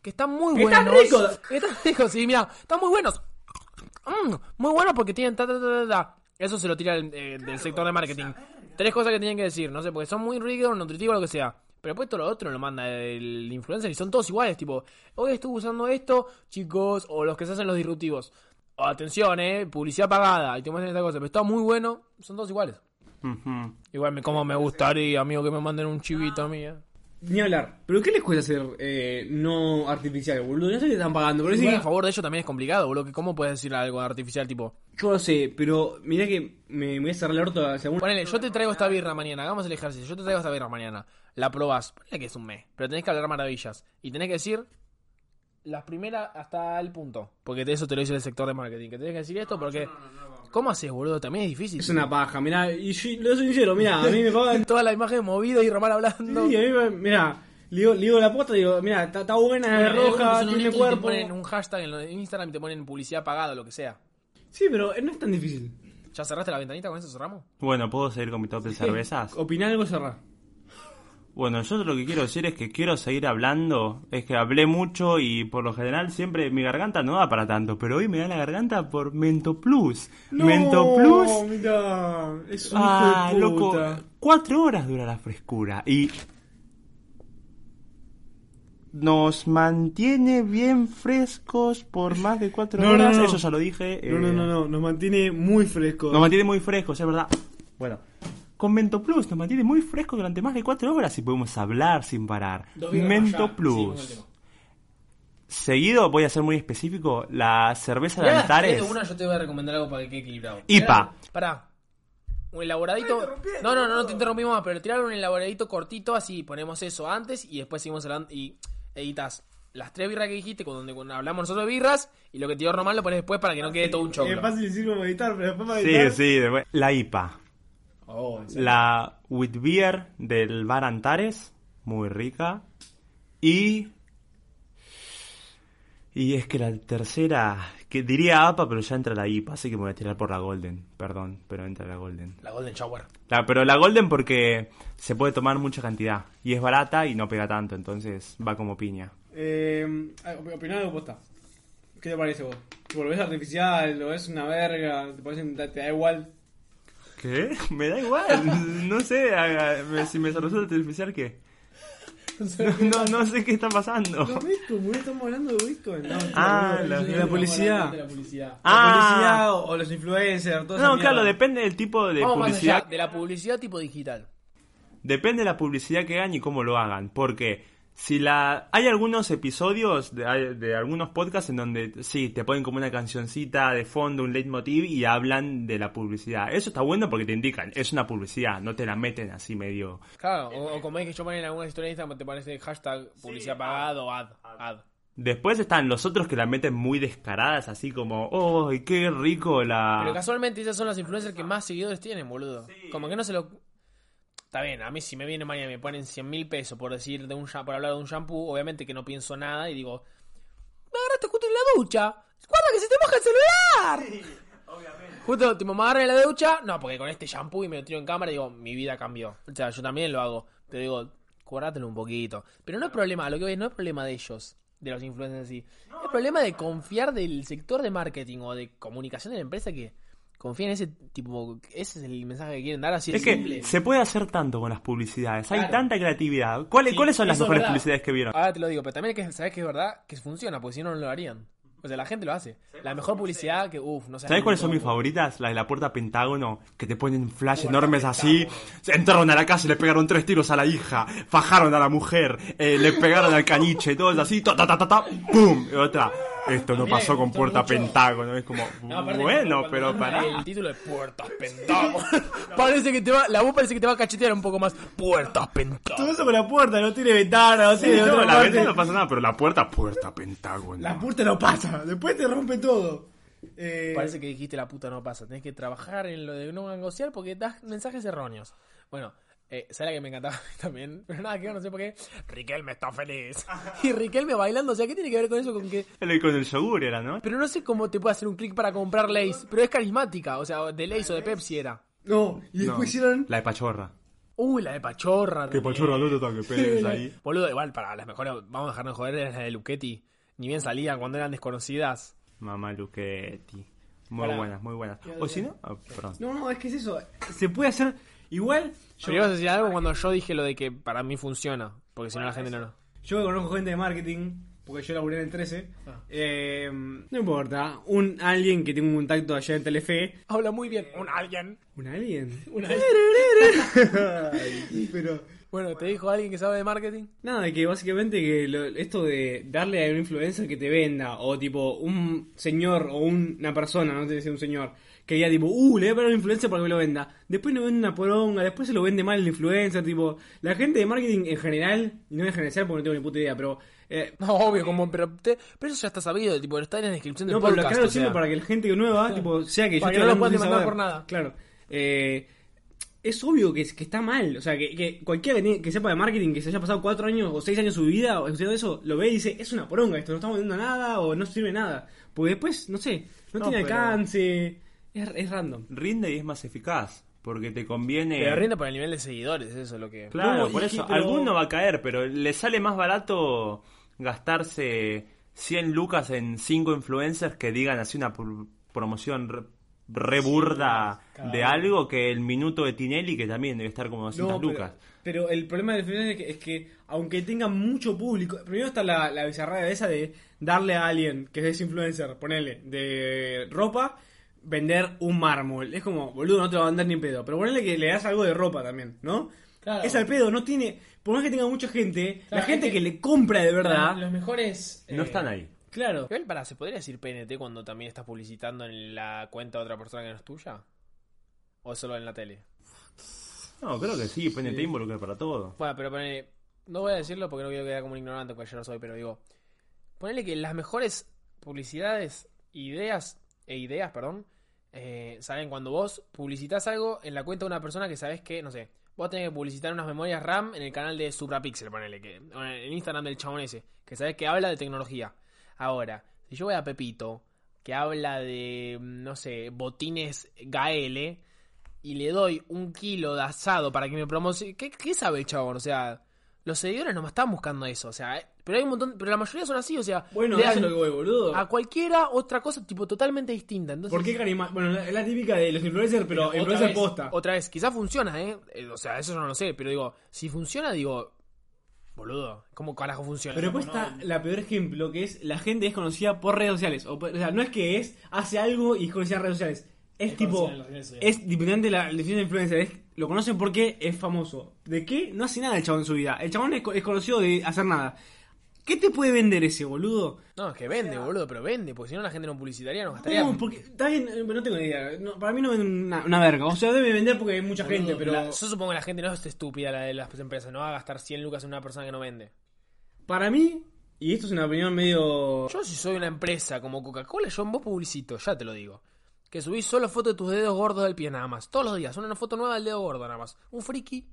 [SPEAKER 3] que están muy
[SPEAKER 1] Que están
[SPEAKER 3] buenos.
[SPEAKER 1] ricos.
[SPEAKER 3] Que están ricos, sí, mira, están muy buenos. Mm, muy buenos porque tienen ta ta ta ta ta. Eso se lo tira el, eh, del sector de marketing. Tres cosas que tienen que decir, no sé, porque son muy ricos, nutritivos, lo que sea. Pero después todo lo otro lo manda el influencer y son todos iguales, tipo, hoy estuve usando esto, chicos, o los que se hacen los disruptivos. O, atención, eh, publicidad pagada, y te muestran esta cosa, pero está muy bueno, son todos iguales.
[SPEAKER 4] Ujú.
[SPEAKER 3] Igual me como me gustaría, amigo, que me manden un chivito a mí. eh.
[SPEAKER 1] Ni hablar. ¿Pero qué les cuesta ser eh, no artificial, boludo? No sé qué están pagando. Pero
[SPEAKER 3] Igual
[SPEAKER 1] sí,
[SPEAKER 3] a favor de ello también es complicado, boludo, que cómo puedes decir algo artificial, tipo,
[SPEAKER 1] yo lo sé. Pero mirá que me, me voy a cerrar el orto hacia un.
[SPEAKER 3] Ponele, yo te traigo esta birra mañana, hagamos el ejercicio, yo te traigo esta birra mañana, la probás, ponele que es un mes, pero tenés que hablar maravillas y tenés que decir las primeras hasta el punto, porque de eso te lo dice el sector de marketing, que tenés que decir esto porque... ¿Cómo haces, boludo? También es difícil.
[SPEAKER 1] Es una paja. Mirá, y yo lo soy sincero. Mirá, a mí me pagan
[SPEAKER 3] Toda la imagen movida y Román hablando.
[SPEAKER 1] Sí, a mí me- mira, le digo, le digo la posta, digo, mira, está está buena, es roja, tiene
[SPEAKER 3] Te
[SPEAKER 1] cuerpo.
[SPEAKER 3] ponen un hashtag en lo- en Instagram y te ponen publicidad pagada, lo que sea.
[SPEAKER 1] Sí, pero no es tan difícil.
[SPEAKER 3] ¿Ya cerraste la ventanita con eso, cerramos?
[SPEAKER 4] Bueno, ¿puedo seguir con mi top de cervezas?
[SPEAKER 1] Opinar algo cerrar.
[SPEAKER 4] Bueno, yo lo que quiero decir es que quiero seguir hablando. Es que hablé mucho y por lo general siempre mi garganta no da para tanto. Pero hoy me da la garganta por Mento Plus. Mento Plus.
[SPEAKER 1] Mirá, es un
[SPEAKER 4] Ah,
[SPEAKER 1] hijo de
[SPEAKER 4] loco.
[SPEAKER 1] puta.
[SPEAKER 4] Cuatro horas dura la frescura y. Nos mantiene bien frescos por más de cuatro
[SPEAKER 1] No, no,
[SPEAKER 4] horas.
[SPEAKER 1] no.
[SPEAKER 4] Eso ya lo dije.
[SPEAKER 1] No, no,
[SPEAKER 4] eh,
[SPEAKER 1] no, no, nos mantiene muy frescos.
[SPEAKER 4] Nos mantiene muy frescos, es verdad. Bueno, con Mento Plus nos mantiene muy frescos durante más de cuatro horas y podemos hablar sin parar. Mento Plus. Seguido, voy a ser muy específico, la cerveza de
[SPEAKER 3] Mirá,
[SPEAKER 4] Antares.
[SPEAKER 3] de una yo te voy a recomendar algo para que quede equilibrado.
[SPEAKER 4] IPA.
[SPEAKER 3] Tirá- Pará. Un elaboradito. No, no, no, no te interrumpimos más, pero tirar un elaboradito cortito, así ponemos eso antes y después seguimos hablando y editas las tres birras que dijiste con donde cuando hablamos nosotros de birras y lo que tiró Román lo pones después para que no quede todo un
[SPEAKER 1] es
[SPEAKER 3] choclo.
[SPEAKER 1] fácil decir como editar, pero después para
[SPEAKER 4] Sí,
[SPEAKER 1] editar.
[SPEAKER 4] sí, de buen- la IPA.
[SPEAKER 1] Oh, en serio.
[SPEAKER 4] La Wheat Beer del Bar Antares, muy rica. Y. Y es que la tercera, que diría APA, pero ya entra la IPA, así que me voy a tirar por la Golden, perdón, pero entra la Golden.
[SPEAKER 3] La Golden Shower.
[SPEAKER 4] La- pero la Golden porque se puede tomar mucha cantidad y es barata y no pega tanto, entonces va como piña.
[SPEAKER 1] Eh, op- opinar algo posta. ¿Qué te parece vos? Tipo, ¿Lo ves artificial? ¿Lo ves una verga? ¿Te, parece, te, te da igual?
[SPEAKER 4] ¿Qué? Me da igual, no sé, haga- me- si me resulta artificial, ¿qué? No, no sé qué está pasando.
[SPEAKER 1] Bitcoin, boludo, estamos hablando de Bitcoin. No,
[SPEAKER 4] Ah,
[SPEAKER 1] boludo,
[SPEAKER 4] la-
[SPEAKER 1] de la publicidad.
[SPEAKER 7] publicidad.
[SPEAKER 1] La publicidad o, o los influencers, todo
[SPEAKER 4] Ah, No, claro, depende del tipo de
[SPEAKER 3] Vamos más
[SPEAKER 4] publicidad.
[SPEAKER 3] allá, de la publicidad tipo digital.
[SPEAKER 4] Depende de la publicidad que hagan y cómo lo hagan. Porque si la hay algunos episodios de, de algunos podcasts en donde sí, te ponen como una cancioncita de fondo, un leitmotiv y hablan de la publicidad. Eso está bueno porque te indican, es una publicidad, no te la meten así medio.
[SPEAKER 3] Claro, o, o como es que yo ponen en alguna historia de Instagram, te parece hashtag publicidad pagada o ad, ad.
[SPEAKER 4] Después están los otros que la meten muy descaradas, así como, ¡oh, qué rico
[SPEAKER 3] Pero
[SPEAKER 4] la...
[SPEAKER 3] casualmente esas son las influencers que más seguidores tienen, boludo. Como que no se lo... Está bien, a mí si me viene mañana y me ponen 100 mil pesos por decir de un sha- por hablar de un shampoo, obviamente que no pienso nada y digo, me agarraste justo en la ducha. Guarda que se te moja el celular. Justo, tipo, me agarré en la ducha. No, porque con este shampoo y me lo tiro en cámara, digo, mi vida cambió. O sea, yo también lo hago. Pero digo, cobratelo un poquito. Pero no es problema, lo que veis, no es problema de ellos, de los influencers en sí. es problema de confiar del sector de marketing o de comunicación de la empresa que Confía en ese tipo. Ese es el mensaje que quieren dar. Así de
[SPEAKER 4] Es que
[SPEAKER 3] simple.
[SPEAKER 4] se puede hacer tanto con las publicidades. Hay
[SPEAKER 3] Claro.
[SPEAKER 4] tanta creatividad. ¿Cuáles,
[SPEAKER 3] Sí,
[SPEAKER 4] ¿cuáles son las
[SPEAKER 3] eso es
[SPEAKER 4] mejores
[SPEAKER 3] verdad.
[SPEAKER 4] publicidades que vieron?
[SPEAKER 3] Ahora te lo digo, pero también es que sabes que es verdad que funciona, porque si no, no lo harían. O sea, la gente lo hace. La mejor publicidad que, uff, no sé.
[SPEAKER 4] ¿Sabes cuáles son mis favoritas? Las de la puerta Pentágono, que te ponen flash enormes así. Se entraron a la casa y le pegaron tres tiros a la hija, fajaron a la mujer, eh, le pegaron al caniche, todo es así, ta ta ta ta, ta, ¡pum! Y otra. Esto no
[SPEAKER 3] Mira,
[SPEAKER 4] pasó
[SPEAKER 3] me
[SPEAKER 4] con
[SPEAKER 3] gustó
[SPEAKER 4] puerta
[SPEAKER 3] mucho.
[SPEAKER 4] Pentágono, es como,
[SPEAKER 3] No, aparte,
[SPEAKER 4] bueno,
[SPEAKER 3] cuando
[SPEAKER 4] pero
[SPEAKER 3] suena
[SPEAKER 4] para.
[SPEAKER 3] El título es Puertas Pentágono. parece que te va, la voz parece que te va a cachetear un poco más. Puertas
[SPEAKER 1] Todo
[SPEAKER 3] Pentágono.
[SPEAKER 1] eso con la puerta, no tiene ventana, no tiene otra
[SPEAKER 4] la
[SPEAKER 1] parte.
[SPEAKER 4] ventana no pasa nada, pero la puerta, puerta Pentágono.
[SPEAKER 1] La puerta no pasa, después te rompe todo. Eh,
[SPEAKER 3] Parece que dijiste la puta no pasa. Tenés que trabajar en lo de no negociar porque das mensajes erróneos. Bueno, eh, ¿sabes la que me encantaba a mí también? Pero nada, que ver, no sé por qué. Riquelme está feliz. y Riquelme bailando, o sea, ¿qué tiene que ver con eso? Con que.
[SPEAKER 4] El- Con el yogur era, ¿no?
[SPEAKER 3] Pero no sé cómo te puede hacer un clic para comprar Lays. Pero es carismática, o sea, de Lays o de Pepsi era.
[SPEAKER 1] No, y después
[SPEAKER 4] No,
[SPEAKER 1] hicieron.
[SPEAKER 4] La de Pachorra.
[SPEAKER 3] Uy, la de Pachorra.
[SPEAKER 8] Que
[SPEAKER 3] también.
[SPEAKER 8] pachorra, no te toques, pez ahí.
[SPEAKER 3] Boludo, igual, para las mejores, vamos a dejarnos joder, eran las de Luchetti. Ni bien salían cuando eran desconocidas.
[SPEAKER 4] Mamá Luchetti. Muy
[SPEAKER 3] Pará.
[SPEAKER 4] buenas, muy buenas. O si no, ah, perdón.
[SPEAKER 1] No, no, es que es eso. Se puede hacer. Igual, yo,
[SPEAKER 3] Pero ibas a decir algo cuando yo dije lo de que para mí funciona. Porque si no, la gente no lo.
[SPEAKER 1] yo que conozco gente de marketing, porque yo laburé en el 13. eh, no importa, un alguien que tenga un contacto allá en Telefe.
[SPEAKER 3] Habla muy bien. Un alguien.
[SPEAKER 1] ¿Un alguien? Pero.
[SPEAKER 3] Bueno, ¿te dijo alguien que sabe de marketing?
[SPEAKER 1] Nada, que básicamente que lo- esto de darle a un influencer que te venda, o tipo un señor o un- una persona, no te decía un señor, que diga tipo, uh, le voy a pagar a un influencer para que me lo venda. Después no vende una poronga, después se lo vende mal el influencer, tipo, la gente de marketing en general, y no voy a generalizar porque no tengo ni puta idea, pero... eh,
[SPEAKER 3] No, obvio, como, pero, te- pero eso ya está sabido. Tipo, está en la descripción del
[SPEAKER 1] no, pero lo
[SPEAKER 3] podcast.
[SPEAKER 1] aclaro
[SPEAKER 3] o sea.
[SPEAKER 1] siempre para que la gente nueva, tipo, sea que yo
[SPEAKER 3] Para que
[SPEAKER 1] esté
[SPEAKER 3] no lo
[SPEAKER 1] hablando
[SPEAKER 3] puedas
[SPEAKER 1] sin
[SPEAKER 3] demandar
[SPEAKER 1] saber.
[SPEAKER 3] por nada.
[SPEAKER 1] Claro. Eh, es obvio que, es- que está mal. O sea, que, que cualquiera que, tiene- que sepa de marketing, que se haya pasado cuatro años o seis años de su vida o estudiado eso, lo ve y dice, es una poronga esto, no estamos vendiendo nada o no sirve nada. Porque después, no sé, no, tiene
[SPEAKER 3] pero-
[SPEAKER 1] alcance. Es, es random.
[SPEAKER 4] Rinde y es más eficaz. Porque te conviene.
[SPEAKER 3] Pero rindo por el nivel de seguidores, eso es lo que.
[SPEAKER 4] Claro,
[SPEAKER 1] No,
[SPEAKER 4] por
[SPEAKER 1] y
[SPEAKER 4] eso.
[SPEAKER 1] que- pero-
[SPEAKER 4] Alguno va a caer, pero le sale más barato gastarse 100 lucas en 5 influencers que digan así una pr- promoción re- re burda de algo que el minuto de Tinelli, que también debe estar como 200
[SPEAKER 1] No,
[SPEAKER 4] lucas.
[SPEAKER 1] pero, pero el problema del influencer es que, es que aunque tenga mucho público, primero está la, la bizarrada esa de darle a alguien que es influencer, ponele, de ropa, vender un mármol. Es como, boludo, no te lo va a vender ni en pedo. Pero ponele que le das algo de ropa también, ¿no?
[SPEAKER 3] Claro.
[SPEAKER 1] Es al pedo, no tiene. Por más que tenga mucha gente,
[SPEAKER 3] Claro,
[SPEAKER 1] la gente
[SPEAKER 3] es
[SPEAKER 1] que,
[SPEAKER 3] que-
[SPEAKER 1] le compra de verdad.
[SPEAKER 3] Los mejores. eh,
[SPEAKER 4] No
[SPEAKER 1] eh,
[SPEAKER 4] están ahí.
[SPEAKER 1] Claro.
[SPEAKER 3] Igual, para, ¿se podría decir PNT cuando también estás publicitando en la cuenta de otra persona que no es tuya? ¿O solo en la tele?
[SPEAKER 4] No, creo que sí, PNT involucra para todo.
[SPEAKER 3] Bueno, pero ponele. No voy a decirlo porque no quiero quedar como un ignorante, porque yo no soy, pero digo. Ponele que las mejores publicidades, ideas e ideas, perdón, eh, salen cuando vos publicitas algo en la cuenta de una persona que sabés que, no sé, vos tenés que publicitar unas memorias RAM en el canal de Suprapixel, ponele que. o En el Instagram del chabón ese, que sabés que habla de tecnología. Ahora, si yo voy a Pepito, que habla de, mm, no sé, botines Gaele y le doy un kilo de asado para que me promocione. ¿Qué, qué sabe el chabón? O sea, los seguidores nomás están buscando eso. O sea, eh, pero hay un montón. Pero la mayoría son así, o sea.
[SPEAKER 1] Bueno,
[SPEAKER 3] le
[SPEAKER 1] eso es lo
[SPEAKER 3] dan
[SPEAKER 1] que voy, boludo.
[SPEAKER 3] A cualquiera otra cosa, tipo, totalmente distinta. Entonces,
[SPEAKER 1] ¿Por qué carisma- Bueno, la- es la típica de los influencers, pero,
[SPEAKER 3] otra
[SPEAKER 1] influencer
[SPEAKER 3] vez,
[SPEAKER 1] posta.
[SPEAKER 3] Otra vez, quizás funciona, ¿eh? Eh, O sea, eso yo no lo sé, pero digo, si funciona, digo. Boludo, ¿cómo carajo funciona?
[SPEAKER 1] Pero pues- después está la peor ejemplo, que es la gente es conocida por redes sociales. O, por- o sea, no es que es, hace algo y es conocida en redes sociales. Es, tipo,
[SPEAKER 3] conocida en las redes sociales.
[SPEAKER 1] es diferente la definición de influencer. es- lo conocen porque es famoso. ¿De qué? No hace nada el chabón en su vida. El chabón es, co- es conocido de hacer nada. ¿Qué te puede vender ese boludo?
[SPEAKER 3] No, es que vende, boludo, pero vende, porque si no la gente no publicitaría, no gastaría.
[SPEAKER 1] No, porque está bien, eh, no tengo ni idea. No, para mí no vende una, una verga. O sea, debe vender porque hay mucha gente, pero.
[SPEAKER 3] La- yo supongo que la gente no es estúpida, la de las empresas, no va a gastar 100 lucas en una persona que no vende.
[SPEAKER 1] Para mí, y esto es una opinión medio.
[SPEAKER 3] Yo si soy una empresa como Coca-Cola, yo en vos publicito, ya te lo digo. Que subís solo fotos de tus dedos gordos del pie nada más. Todos los días, una foto nueva del dedo gordo nada más. Un friki.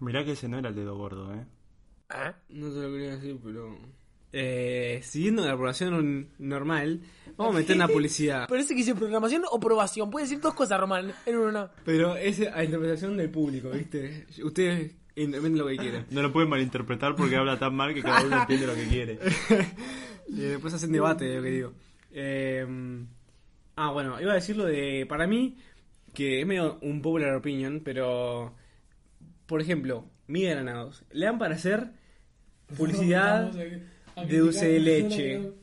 [SPEAKER 4] Mirá que ese no era el dedo gordo, ¿eh?
[SPEAKER 3] ¿Eh?
[SPEAKER 1] No te lo quería decir, pero. Eh, siguiendo la población normal, vamos a meter una publicidad.
[SPEAKER 3] Parece que hice programación o probación. Puede decir dos cosas, Román, en una.
[SPEAKER 1] Pero es a interpretación del público, ¿viste? Ustedes interpreten lo que quieran.
[SPEAKER 4] No lo pueden malinterpretar porque habla tan mal que cada uno entiende lo que quiere.
[SPEAKER 1] Y después hacen debate de lo que digo. Eh, Ah, bueno, iba a decir lo de. Para mí, que es medio un popular opinion, pero. Por ejemplo, Miguel Granados. Le dan para hacer publicidad
[SPEAKER 9] Vamos a- a
[SPEAKER 1] de dulce de
[SPEAKER 9] criticar a personas
[SPEAKER 1] leche.
[SPEAKER 9] que no-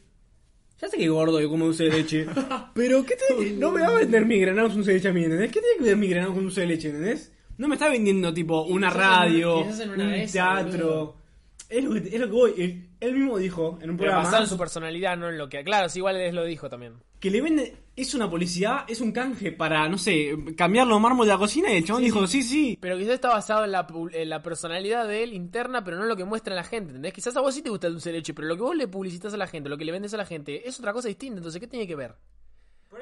[SPEAKER 1] Ya sé que gordo que come dulce de leche. pero, ¿qué tiene que- No me va a vender Miguel Granados un dulce de leche a mí, ¿entendés? ¿Qué tiene que ver Miguel Granados con dulce de leche, ¿entendés? No me está vendiendo, tipo,
[SPEAKER 9] Y
[SPEAKER 1] una
[SPEAKER 9] quizás en una-
[SPEAKER 1] radio,
[SPEAKER 9] quizás en una de
[SPEAKER 1] un
[SPEAKER 9] esas,
[SPEAKER 1] teatro.
[SPEAKER 9] boludo.
[SPEAKER 1] Es lo, que, es lo que voy. Él, él mismo dijo en un
[SPEAKER 3] Pero
[SPEAKER 1] programa.
[SPEAKER 3] basado en su personalidad, no en lo que. Claro, sí, igual él lo dijo también.
[SPEAKER 1] que le vende es una publicidad, es un canje para, no sé, cambiar los mármoles de la cocina y el chabón dijo, sí, sí.
[SPEAKER 3] Pero quizás está basado en la, pu- en la personalidad de él interna, pero no en lo que muestra la gente, ¿entendés? Quizás a vos sí te gusta el dulce de leche, pero lo que vos le publicitas a la gente, lo que le vendes a la gente, es otra cosa distinta, entonces ¿qué tiene que ver?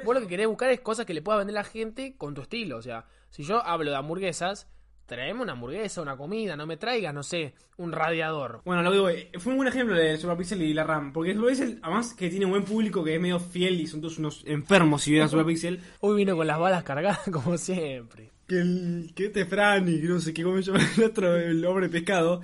[SPEAKER 3] Vos lo que querés buscar es cosas que le puedas vender a la gente con tu estilo, o sea, si yo hablo de hamburguesas, traeme una hamburguesa, una comida, no me traigas, no sé, un radiador.
[SPEAKER 1] Bueno, lo que digo, eh, fue un buen ejemplo de Superpixel y la RAM, porque Superpixel, además que tiene un buen público que es medio fiel y son todos unos enfermos si vieran Superpixel.
[SPEAKER 3] Hoy vino con las balas cargadas como siempre.
[SPEAKER 1] Que el, que este Fran y que no sé qué, cómo se llama el otro, el hombre pescado,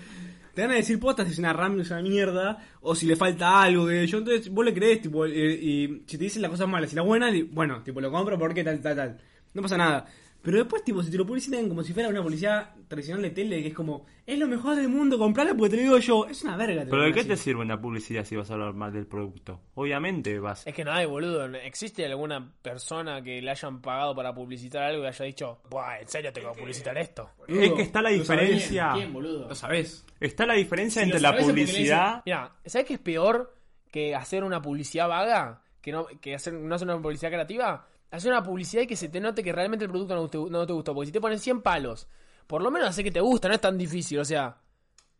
[SPEAKER 1] te van a decir postas si es una RAM, es una mierda, o si le falta algo, que yo entonces vos le crees, tipo, eh, y si te dicen las cosas malas y las buenas, li- bueno, tipo, lo compro porque tal, tal, tal. No pasa nada. Pero después, tipo, si te lo publicitan como si fuera una publicidad tradicional de tele, que es como, es lo mejor del mundo, comprala porque te lo digo yo, es una verga. te lo
[SPEAKER 4] Pero ¿de
[SPEAKER 1] van a
[SPEAKER 4] qué te
[SPEAKER 1] decir.
[SPEAKER 4] sirve una publicidad si vas a hablar mal del producto? Obviamente vas.
[SPEAKER 3] Es que no hay, boludo. ¿Existe alguna persona que le hayan pagado para publicitar algo y haya dicho, Buah, en serio tengo que publicitar esto?
[SPEAKER 4] Es que está la
[SPEAKER 1] Lo sabés.
[SPEAKER 4] diferencia.
[SPEAKER 9] ¿Quién, boludo?
[SPEAKER 1] Lo sabés.
[SPEAKER 4] Está la diferencia
[SPEAKER 9] Si
[SPEAKER 4] entre
[SPEAKER 9] lo
[SPEAKER 4] la
[SPEAKER 9] sabes es porque le
[SPEAKER 4] publicidad.
[SPEAKER 3] Mira, ¿sabes qué es peor que hacer una publicidad vaga? Que no, que hacer, no hacer una publicidad creativa. Hacer una publicidad y que se te note que realmente el producto no te, no te gustó. Porque si te ponen 100 palos, por lo menos hace que te gusta, no es tan difícil, o sea.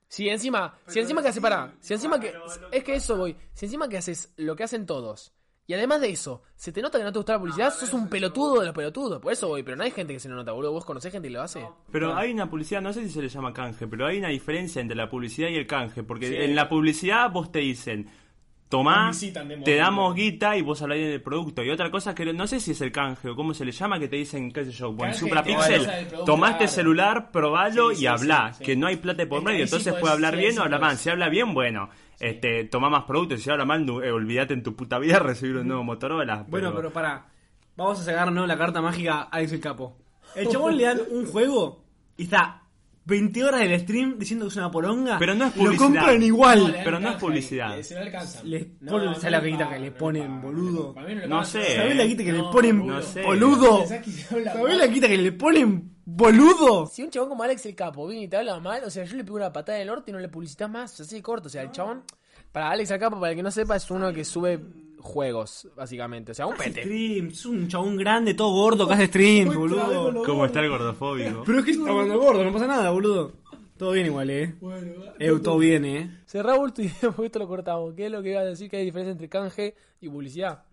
[SPEAKER 3] Si encima, si encima que hace para, si encima que es que eso voy, si encima que haces lo que hacen todos. Y además de eso, se te nota que no te gusta la publicidad, sos un pelotudo de los pelotudos, por eso voy, pero no hay gente que se lo nota, boludo, vos conocés gente que lo hace.
[SPEAKER 4] Pero hay una publicidad, no sé si se le llama canje, pero hay una diferencia entre la publicidad y el canje. Porque en la publicidad vos te dicen, tomá,
[SPEAKER 9] Publicitan de modo.
[SPEAKER 4] te damos guita y vos hablás del producto. Y otra cosa que no sé si es el canje o cómo se le llama, que te dicen, qué sé yo,
[SPEAKER 9] Canje,
[SPEAKER 4] bueno,
[SPEAKER 9] te
[SPEAKER 4] Suprapixel,
[SPEAKER 9] vas al producto,
[SPEAKER 4] tomá este
[SPEAKER 9] claro.
[SPEAKER 4] celular, probalo
[SPEAKER 9] Sí, sí,
[SPEAKER 4] y hablá.
[SPEAKER 9] sí, sí.
[SPEAKER 4] Que no hay plata por
[SPEAKER 9] Es que ahí
[SPEAKER 4] medio,
[SPEAKER 9] sí
[SPEAKER 4] entonces
[SPEAKER 9] podés-
[SPEAKER 4] puede hablar
[SPEAKER 9] sí, ahí
[SPEAKER 4] bien
[SPEAKER 9] sí
[SPEAKER 4] o habla
[SPEAKER 9] podés.
[SPEAKER 4] mal. Si habla bien, bueno. Este, toma más productos, si habla mal, nu- eh, olvídate en tu puta vida de recibir un nuevo Motorola.
[SPEAKER 1] Bueno, pero pará. Vamos a sacarnos la carta mágica a Alex el Capo. El chabón le dan un juego y está 20 horas del stream diciendo que es una poronga.
[SPEAKER 4] Pero no es
[SPEAKER 1] Lo
[SPEAKER 4] publicidad.
[SPEAKER 1] compran
[SPEAKER 9] No, le
[SPEAKER 1] igual.
[SPEAKER 4] pero no es
[SPEAKER 9] alcanza,
[SPEAKER 4] publicidad.
[SPEAKER 9] le- Se le alcanza.
[SPEAKER 1] Les ponen- ¿sabes la guita que le ponen, boludo?
[SPEAKER 4] No sé.
[SPEAKER 1] ¿Sabés la guita que le
[SPEAKER 9] No,
[SPEAKER 1] ponen
[SPEAKER 4] no sé.
[SPEAKER 1] boludo? ¿Sabés la guita que le ponen boludo?
[SPEAKER 3] Si un chabón como Alex el Capo viene y te habla mal, o sea, yo le pego una patada en el orto y no le publicitas más, así de corto. O sea, el chabón, para Alex el Capo, para el que no sepa, es uno que sube juegos, básicamente. O sea,
[SPEAKER 9] Ah,
[SPEAKER 3] un pete.
[SPEAKER 1] Stream, es un chabón grande, todo gordo que hace stream, boludo.
[SPEAKER 4] ¿Cómo está el gordofóbico?
[SPEAKER 1] Pero es que está hablando gordo, no pasa nada, boludo. Todo bien igual, eh. Eu, todo bien, eh.
[SPEAKER 3] Cerrá Bulto y después esto lo cortamos. ¿Qué es lo que ibas a decir que hay diferencia entre canje y publicidad?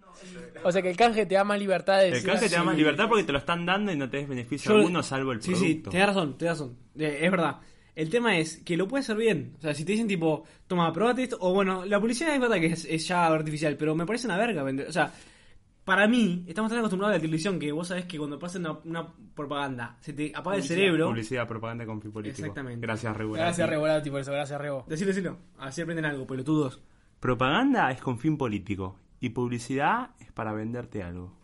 [SPEAKER 3] O sea, que el canje te da más libertad de
[SPEAKER 4] El
[SPEAKER 3] decir
[SPEAKER 4] canje te da
[SPEAKER 3] así.
[SPEAKER 4] más libertad porque te lo están dando y no te des beneficio
[SPEAKER 1] Yo-
[SPEAKER 4] alguno salvo el
[SPEAKER 1] sí, Sí,
[SPEAKER 4] producto.
[SPEAKER 1] tenés razón, tenés razón. Eh, es verdad. El tema es que lo puedes hacer bien. O sea, si te dicen tipo, toma, probate esto. O bueno, la publicidad es verdad que es, es ya artificial, pero me parece una verga vender. O sea, para mí, estamos tan acostumbrados a la televisión que vos sabés que cuando pasa una, una propaganda, se te apaga el cerebro.
[SPEAKER 4] Publicidad, propaganda con fin político.
[SPEAKER 1] Exactamente.
[SPEAKER 4] Gracias, regular.
[SPEAKER 3] Gracias, Revolati, por eso, gracias, Rebo.
[SPEAKER 1] Decilo, decilo. Así aprenden algo, pelotudos.
[SPEAKER 4] Propaganda es con fin político y publicidad es para venderte algo.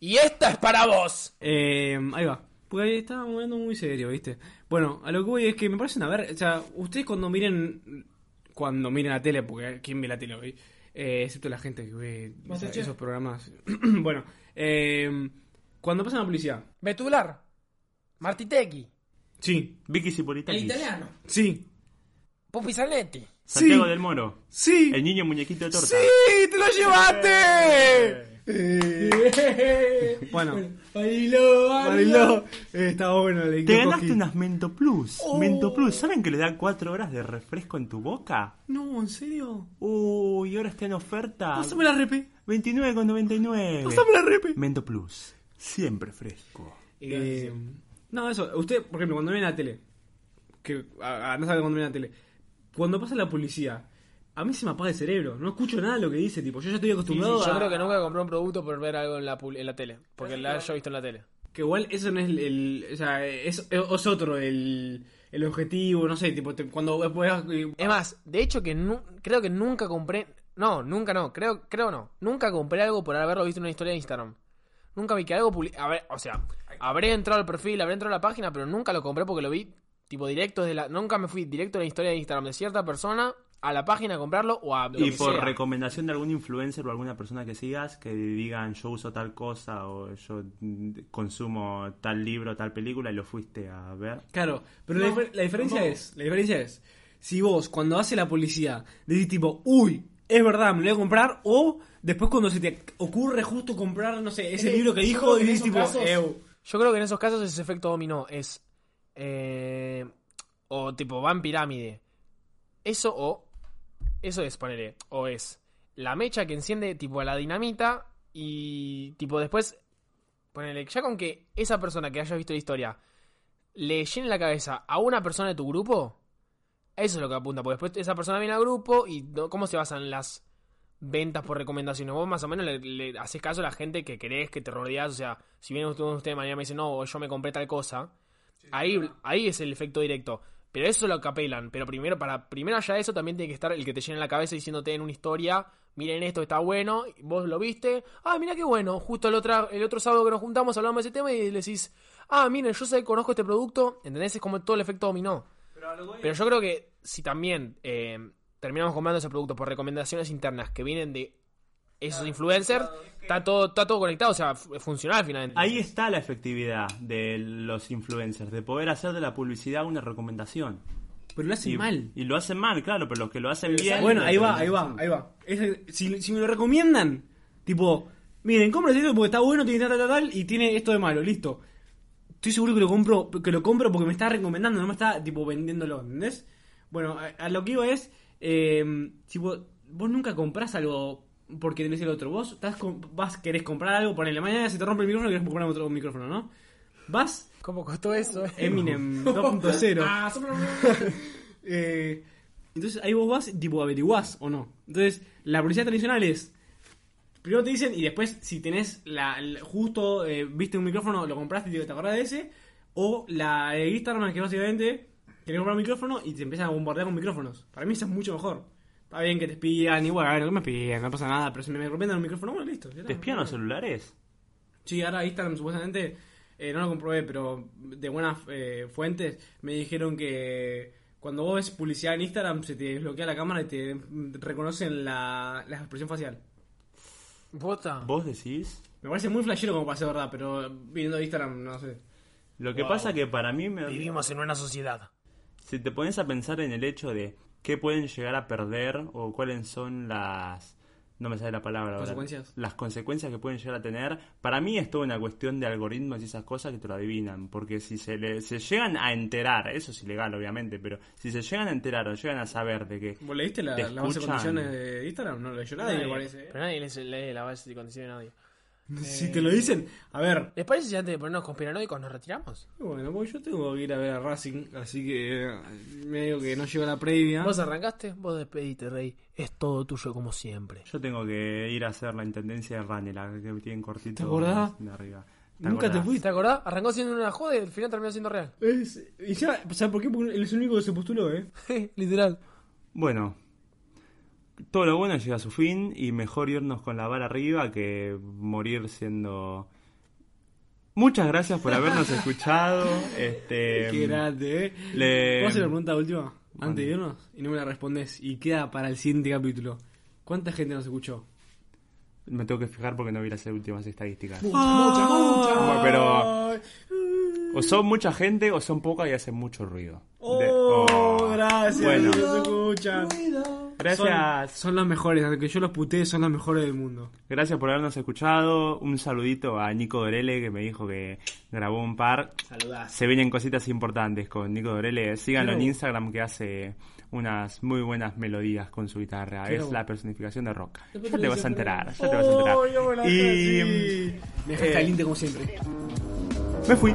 [SPEAKER 3] Y esta es para vos.
[SPEAKER 1] Eh, ahí va. Porque ahí estaba moviendo muy serio, ¿viste? Bueno, a lo que voy es que me parece una verga. O sea, ustedes cuando miren. Cuando miren la tele, porque ¿quién ve la tele hoy? Eh, excepto la gente que ve esa-
[SPEAKER 9] Masterchef.
[SPEAKER 1] esos programas. bueno, eh, cuando pasa una publicidad.
[SPEAKER 3] Betular. Martitecchi.
[SPEAKER 1] Sí,
[SPEAKER 4] Vicky
[SPEAKER 9] El
[SPEAKER 4] Cipolitakis.
[SPEAKER 9] italiano.
[SPEAKER 1] sí,
[SPEAKER 3] Pupi Zanetti.
[SPEAKER 4] Santiago
[SPEAKER 1] Sí.
[SPEAKER 4] del Moro.
[SPEAKER 1] sí.
[SPEAKER 4] El niño muñequito de torta.
[SPEAKER 1] ¡Sí! ¡Te lo llevaste! bueno,
[SPEAKER 9] Bailó,
[SPEAKER 1] Mariló, eh, estaba bueno. Le
[SPEAKER 4] Te ganaste unas Mento Plus.
[SPEAKER 1] Oh.
[SPEAKER 4] Mento Plus. ¿Saben que le da 4 horas de refresco en tu boca?
[SPEAKER 1] No, ¿en serio?
[SPEAKER 4] Ah. Uy, ahora está en oferta.
[SPEAKER 1] Pásame la repe.
[SPEAKER 4] 29,99.
[SPEAKER 1] Pásame la repe.
[SPEAKER 4] Mento Plus. Siempre fresco.
[SPEAKER 1] Eh, no, eso. Usted, por ejemplo, cuando viene la tele, que a- a- no sabe cuando viene la tele, cuando pasa la publicidad, a mí se me apaga el cerebro. No escucho nada de lo que dice, tipo. Yo ya estoy acostumbrado
[SPEAKER 3] yo
[SPEAKER 1] a-
[SPEAKER 3] creo que nunca compré un producto por ver algo en la, pul- en la tele. Porque la haya visto en la tele.
[SPEAKER 1] Que igual eso no es el. el- o sea, es, es otro el, el objetivo, no sé, tipo, te- cuando después. eh,
[SPEAKER 3] Es más, de hecho que nu- creo que nunca compré No, nunca no, creo, creo no. Nunca compré algo por haberlo visto en una historia de Instagram. Nunca vi que algo publi- a ver, O sea, habré entrado al perfil, habré entrado a la página, pero nunca lo compré porque lo vi tipo directo desde la. Nunca me fui directo a la historia de Instagram de cierta persona a la página a comprarlo o a. lo
[SPEAKER 4] Y
[SPEAKER 3] que
[SPEAKER 4] por
[SPEAKER 3] sea.
[SPEAKER 4] recomendación de algún influencer o alguna persona que sigas, que digan yo uso tal cosa o yo mm, consumo tal libro, tal película y lo fuiste a ver.
[SPEAKER 1] Claro, pero la,
[SPEAKER 7] No,
[SPEAKER 1] difer- la diferencia
[SPEAKER 7] tampoco.
[SPEAKER 1] es, la diferencia es, si vos cuando hace la policía decís tipo, uy, es verdad, me lo voy a comprar, o después cuando se te ocurre justo comprar, no sé, ese
[SPEAKER 7] Eh,
[SPEAKER 1] libro que
[SPEAKER 7] yo
[SPEAKER 1] dijo
[SPEAKER 7] creo que en
[SPEAKER 1] y decís
[SPEAKER 7] esos
[SPEAKER 1] tipo,
[SPEAKER 7] casos-
[SPEAKER 1] "Ew".
[SPEAKER 3] Yo creo que en esos casos ese efecto dominó es. eh, o tipo, van pirámide. Eso o. Eso es, ponele. O es la mecha que enciende tipo a la dinamita y tipo después. Ponele, ya con que esa persona que haya visto la historia le llene la cabeza a una persona de tu grupo, eso es lo que apunta. Porque después esa persona viene al grupo y no- ¿cómo se basan las ventas por recomendaciones? Vos más o menos le, le haces caso a la gente que querés, que te rodeás. O sea, si viene uno de ustedes mañana y me dice, no, yo me compré tal cosa, ahí, ahí es el efecto directo. Pero eso es lo que apelan. Pero primero, para primero allá de eso, también tiene que estar el que te llene la cabeza diciéndote en una historia, miren esto, está bueno, y vos lo viste, ah, mira qué bueno, justo el, otra, el otro sábado que nos juntamos hablamos de ese tema y le decís, ah, miren, yo sé que conozco este producto, ¿entendés? Es como todo el efecto dominó. Pero yo creo que si también eh, terminamos comprando ese producto por recomendaciones internas que vienen de esos influencers, está, todo, está todo conectado, o sea, fu- funcional finalmente.
[SPEAKER 4] Ahí está la efectividad de los influencers, de poder hacer de la publicidad una recomendación.
[SPEAKER 1] Pero lo hace
[SPEAKER 4] Y,
[SPEAKER 1] mal.
[SPEAKER 4] y lo hacen mal, claro, pero los que lo hacen bien.
[SPEAKER 1] Bueno,
[SPEAKER 4] lo
[SPEAKER 1] ahí va, ahí
[SPEAKER 4] terminan
[SPEAKER 1] va, ahí va. Ese- si, si me lo recomiendan, tipo, miren, cómprate esto porque está bueno, tiene tal, tal, tal, y tiene esto de malo, listo. Estoy seguro que lo compro, que lo compro porque me está recomendando, no me está tipo vendiéndolo, ¿entendés? Bueno, a, a lo que iba es, eh, si vos, vos nunca comprás algo porque tenés el otro, vos estás com- vas, querés comprar algo, ponele, mañana se te rompe el micrófono y querés comprar otro micrófono, ¿no? Vas,
[SPEAKER 3] ¿Cómo costó eso?
[SPEAKER 4] Em,
[SPEAKER 3] eh?
[SPEAKER 1] Eminem 2.0.
[SPEAKER 7] Ah, sopla-
[SPEAKER 1] Eh, entonces ahí vos vas, tipo, averiguás o no. Entonces, la publicidad tradicional es. Primero te dicen y después, si tenés la, el- justo eh, viste un micrófono, lo compraste y te te acordás de ese. O la de Instagram, que básicamente querés comprar un micrófono y te empiezan a bombardear con micrófonos. Para mí eso es mucho mejor. Está bien que te espían y bueno, a ver, que me espían, no pasa nada. Pero si me recomiendan un micrófono, bueno, listo. ya está.
[SPEAKER 4] ¿Te espían los celulares?
[SPEAKER 1] Sí, ahora Instagram supuestamente, eh, no lo comprobé, pero de buenas eh, fuentes me dijeron que cuando vos ves publicidad en Instagram se te desbloquea la cámara y te mm, reconocen la, la expresión facial.
[SPEAKER 3] Bota.
[SPEAKER 4] ¿Vos decís?
[SPEAKER 1] Me parece muy flashero como para ser verdad, pero viniendo de Instagram no sé.
[SPEAKER 4] Lo que
[SPEAKER 3] Wow.
[SPEAKER 4] pasa que para mí me,
[SPEAKER 3] Vivimos en una sociedad.
[SPEAKER 4] si te pones a pensar en el hecho de qué pueden llegar a perder o cuáles son las no me sale la palabra ahora.
[SPEAKER 1] Consecuencias.
[SPEAKER 4] las consecuencias que pueden llegar a tener para mí es toda una cuestión de algoritmos y esas cosas que te lo adivinan porque si se le, se llegan a enterar eso es ilegal obviamente pero si se llegan a enterar o llegan a saber de que
[SPEAKER 1] ¿Vos leíste la,
[SPEAKER 4] Te
[SPEAKER 1] la base de
[SPEAKER 4] escuchan.
[SPEAKER 1] condiciones de Instagram? No lo leyó nadie, Eh. me parece. ¿eh?
[SPEAKER 3] Pero nadie lee- lee la base de condiciones de nadie.
[SPEAKER 1] Si te lo dicen, a ver.
[SPEAKER 3] ¿Les parece si antes de ponernos conspiranoicos nos retiramos?
[SPEAKER 1] Bueno, pues yo tengo que ir a ver a Racing, así que eh, medio que no llego a la previa.
[SPEAKER 3] Vos arrancaste, vos despediste, Rey. Es todo tuyo como siempre.
[SPEAKER 4] yo tengo que ir a hacer la intendencia de Ranela que tienen cortito
[SPEAKER 1] ¿Te acordás?
[SPEAKER 4] de arriba ¿Te
[SPEAKER 1] Nunca te
[SPEAKER 4] acordás?
[SPEAKER 1] fuiste.
[SPEAKER 3] ¿Te acordás? Arrancó siendo una joda y al final terminó siendo real.
[SPEAKER 1] Es- y ya, ¿sabes por qué? Porque él es el único que se postuló, ¿eh?
[SPEAKER 3] Literal.
[SPEAKER 4] Bueno, todo lo bueno llega a su fin y mejor irnos con la vara arriba que morir siendo... Muchas gracias por habernos escuchado. Este,
[SPEAKER 1] Qué grande, eh.
[SPEAKER 4] le-
[SPEAKER 1] ¿Puedo hacer la pregunta última? Antes de irnos, y no me la respondes, y queda para el siguiente capítulo. ¿Cuánta gente nos escuchó?
[SPEAKER 4] Me tengo que fijar porque no vi las últimas estadísticas.
[SPEAKER 7] Mucha, mucha.
[SPEAKER 4] Bueno, Pero o son mucha gente o son poca y hacen mucho ruido. De- oh.
[SPEAKER 1] gracias,
[SPEAKER 4] Bueno,
[SPEAKER 1] que nos escuchan.
[SPEAKER 4] gracias.
[SPEAKER 1] Son los mejores, aunque yo los puteé, son los mejores del mundo.
[SPEAKER 4] Gracias por habernos escuchado. Un saludito a Nico Dorele que me dijo que grabó un par. Se vienen cositas importantes con Nico Dorele. Síganlo en Instagram que hace unas muy buenas melodías con su guitarra. Es la personificación de rock. Ya te vas a enterar, ya te vas a enterar. Y
[SPEAKER 1] Me dejaste
[SPEAKER 4] Eh.
[SPEAKER 1] caliente como siempre.
[SPEAKER 4] me fui.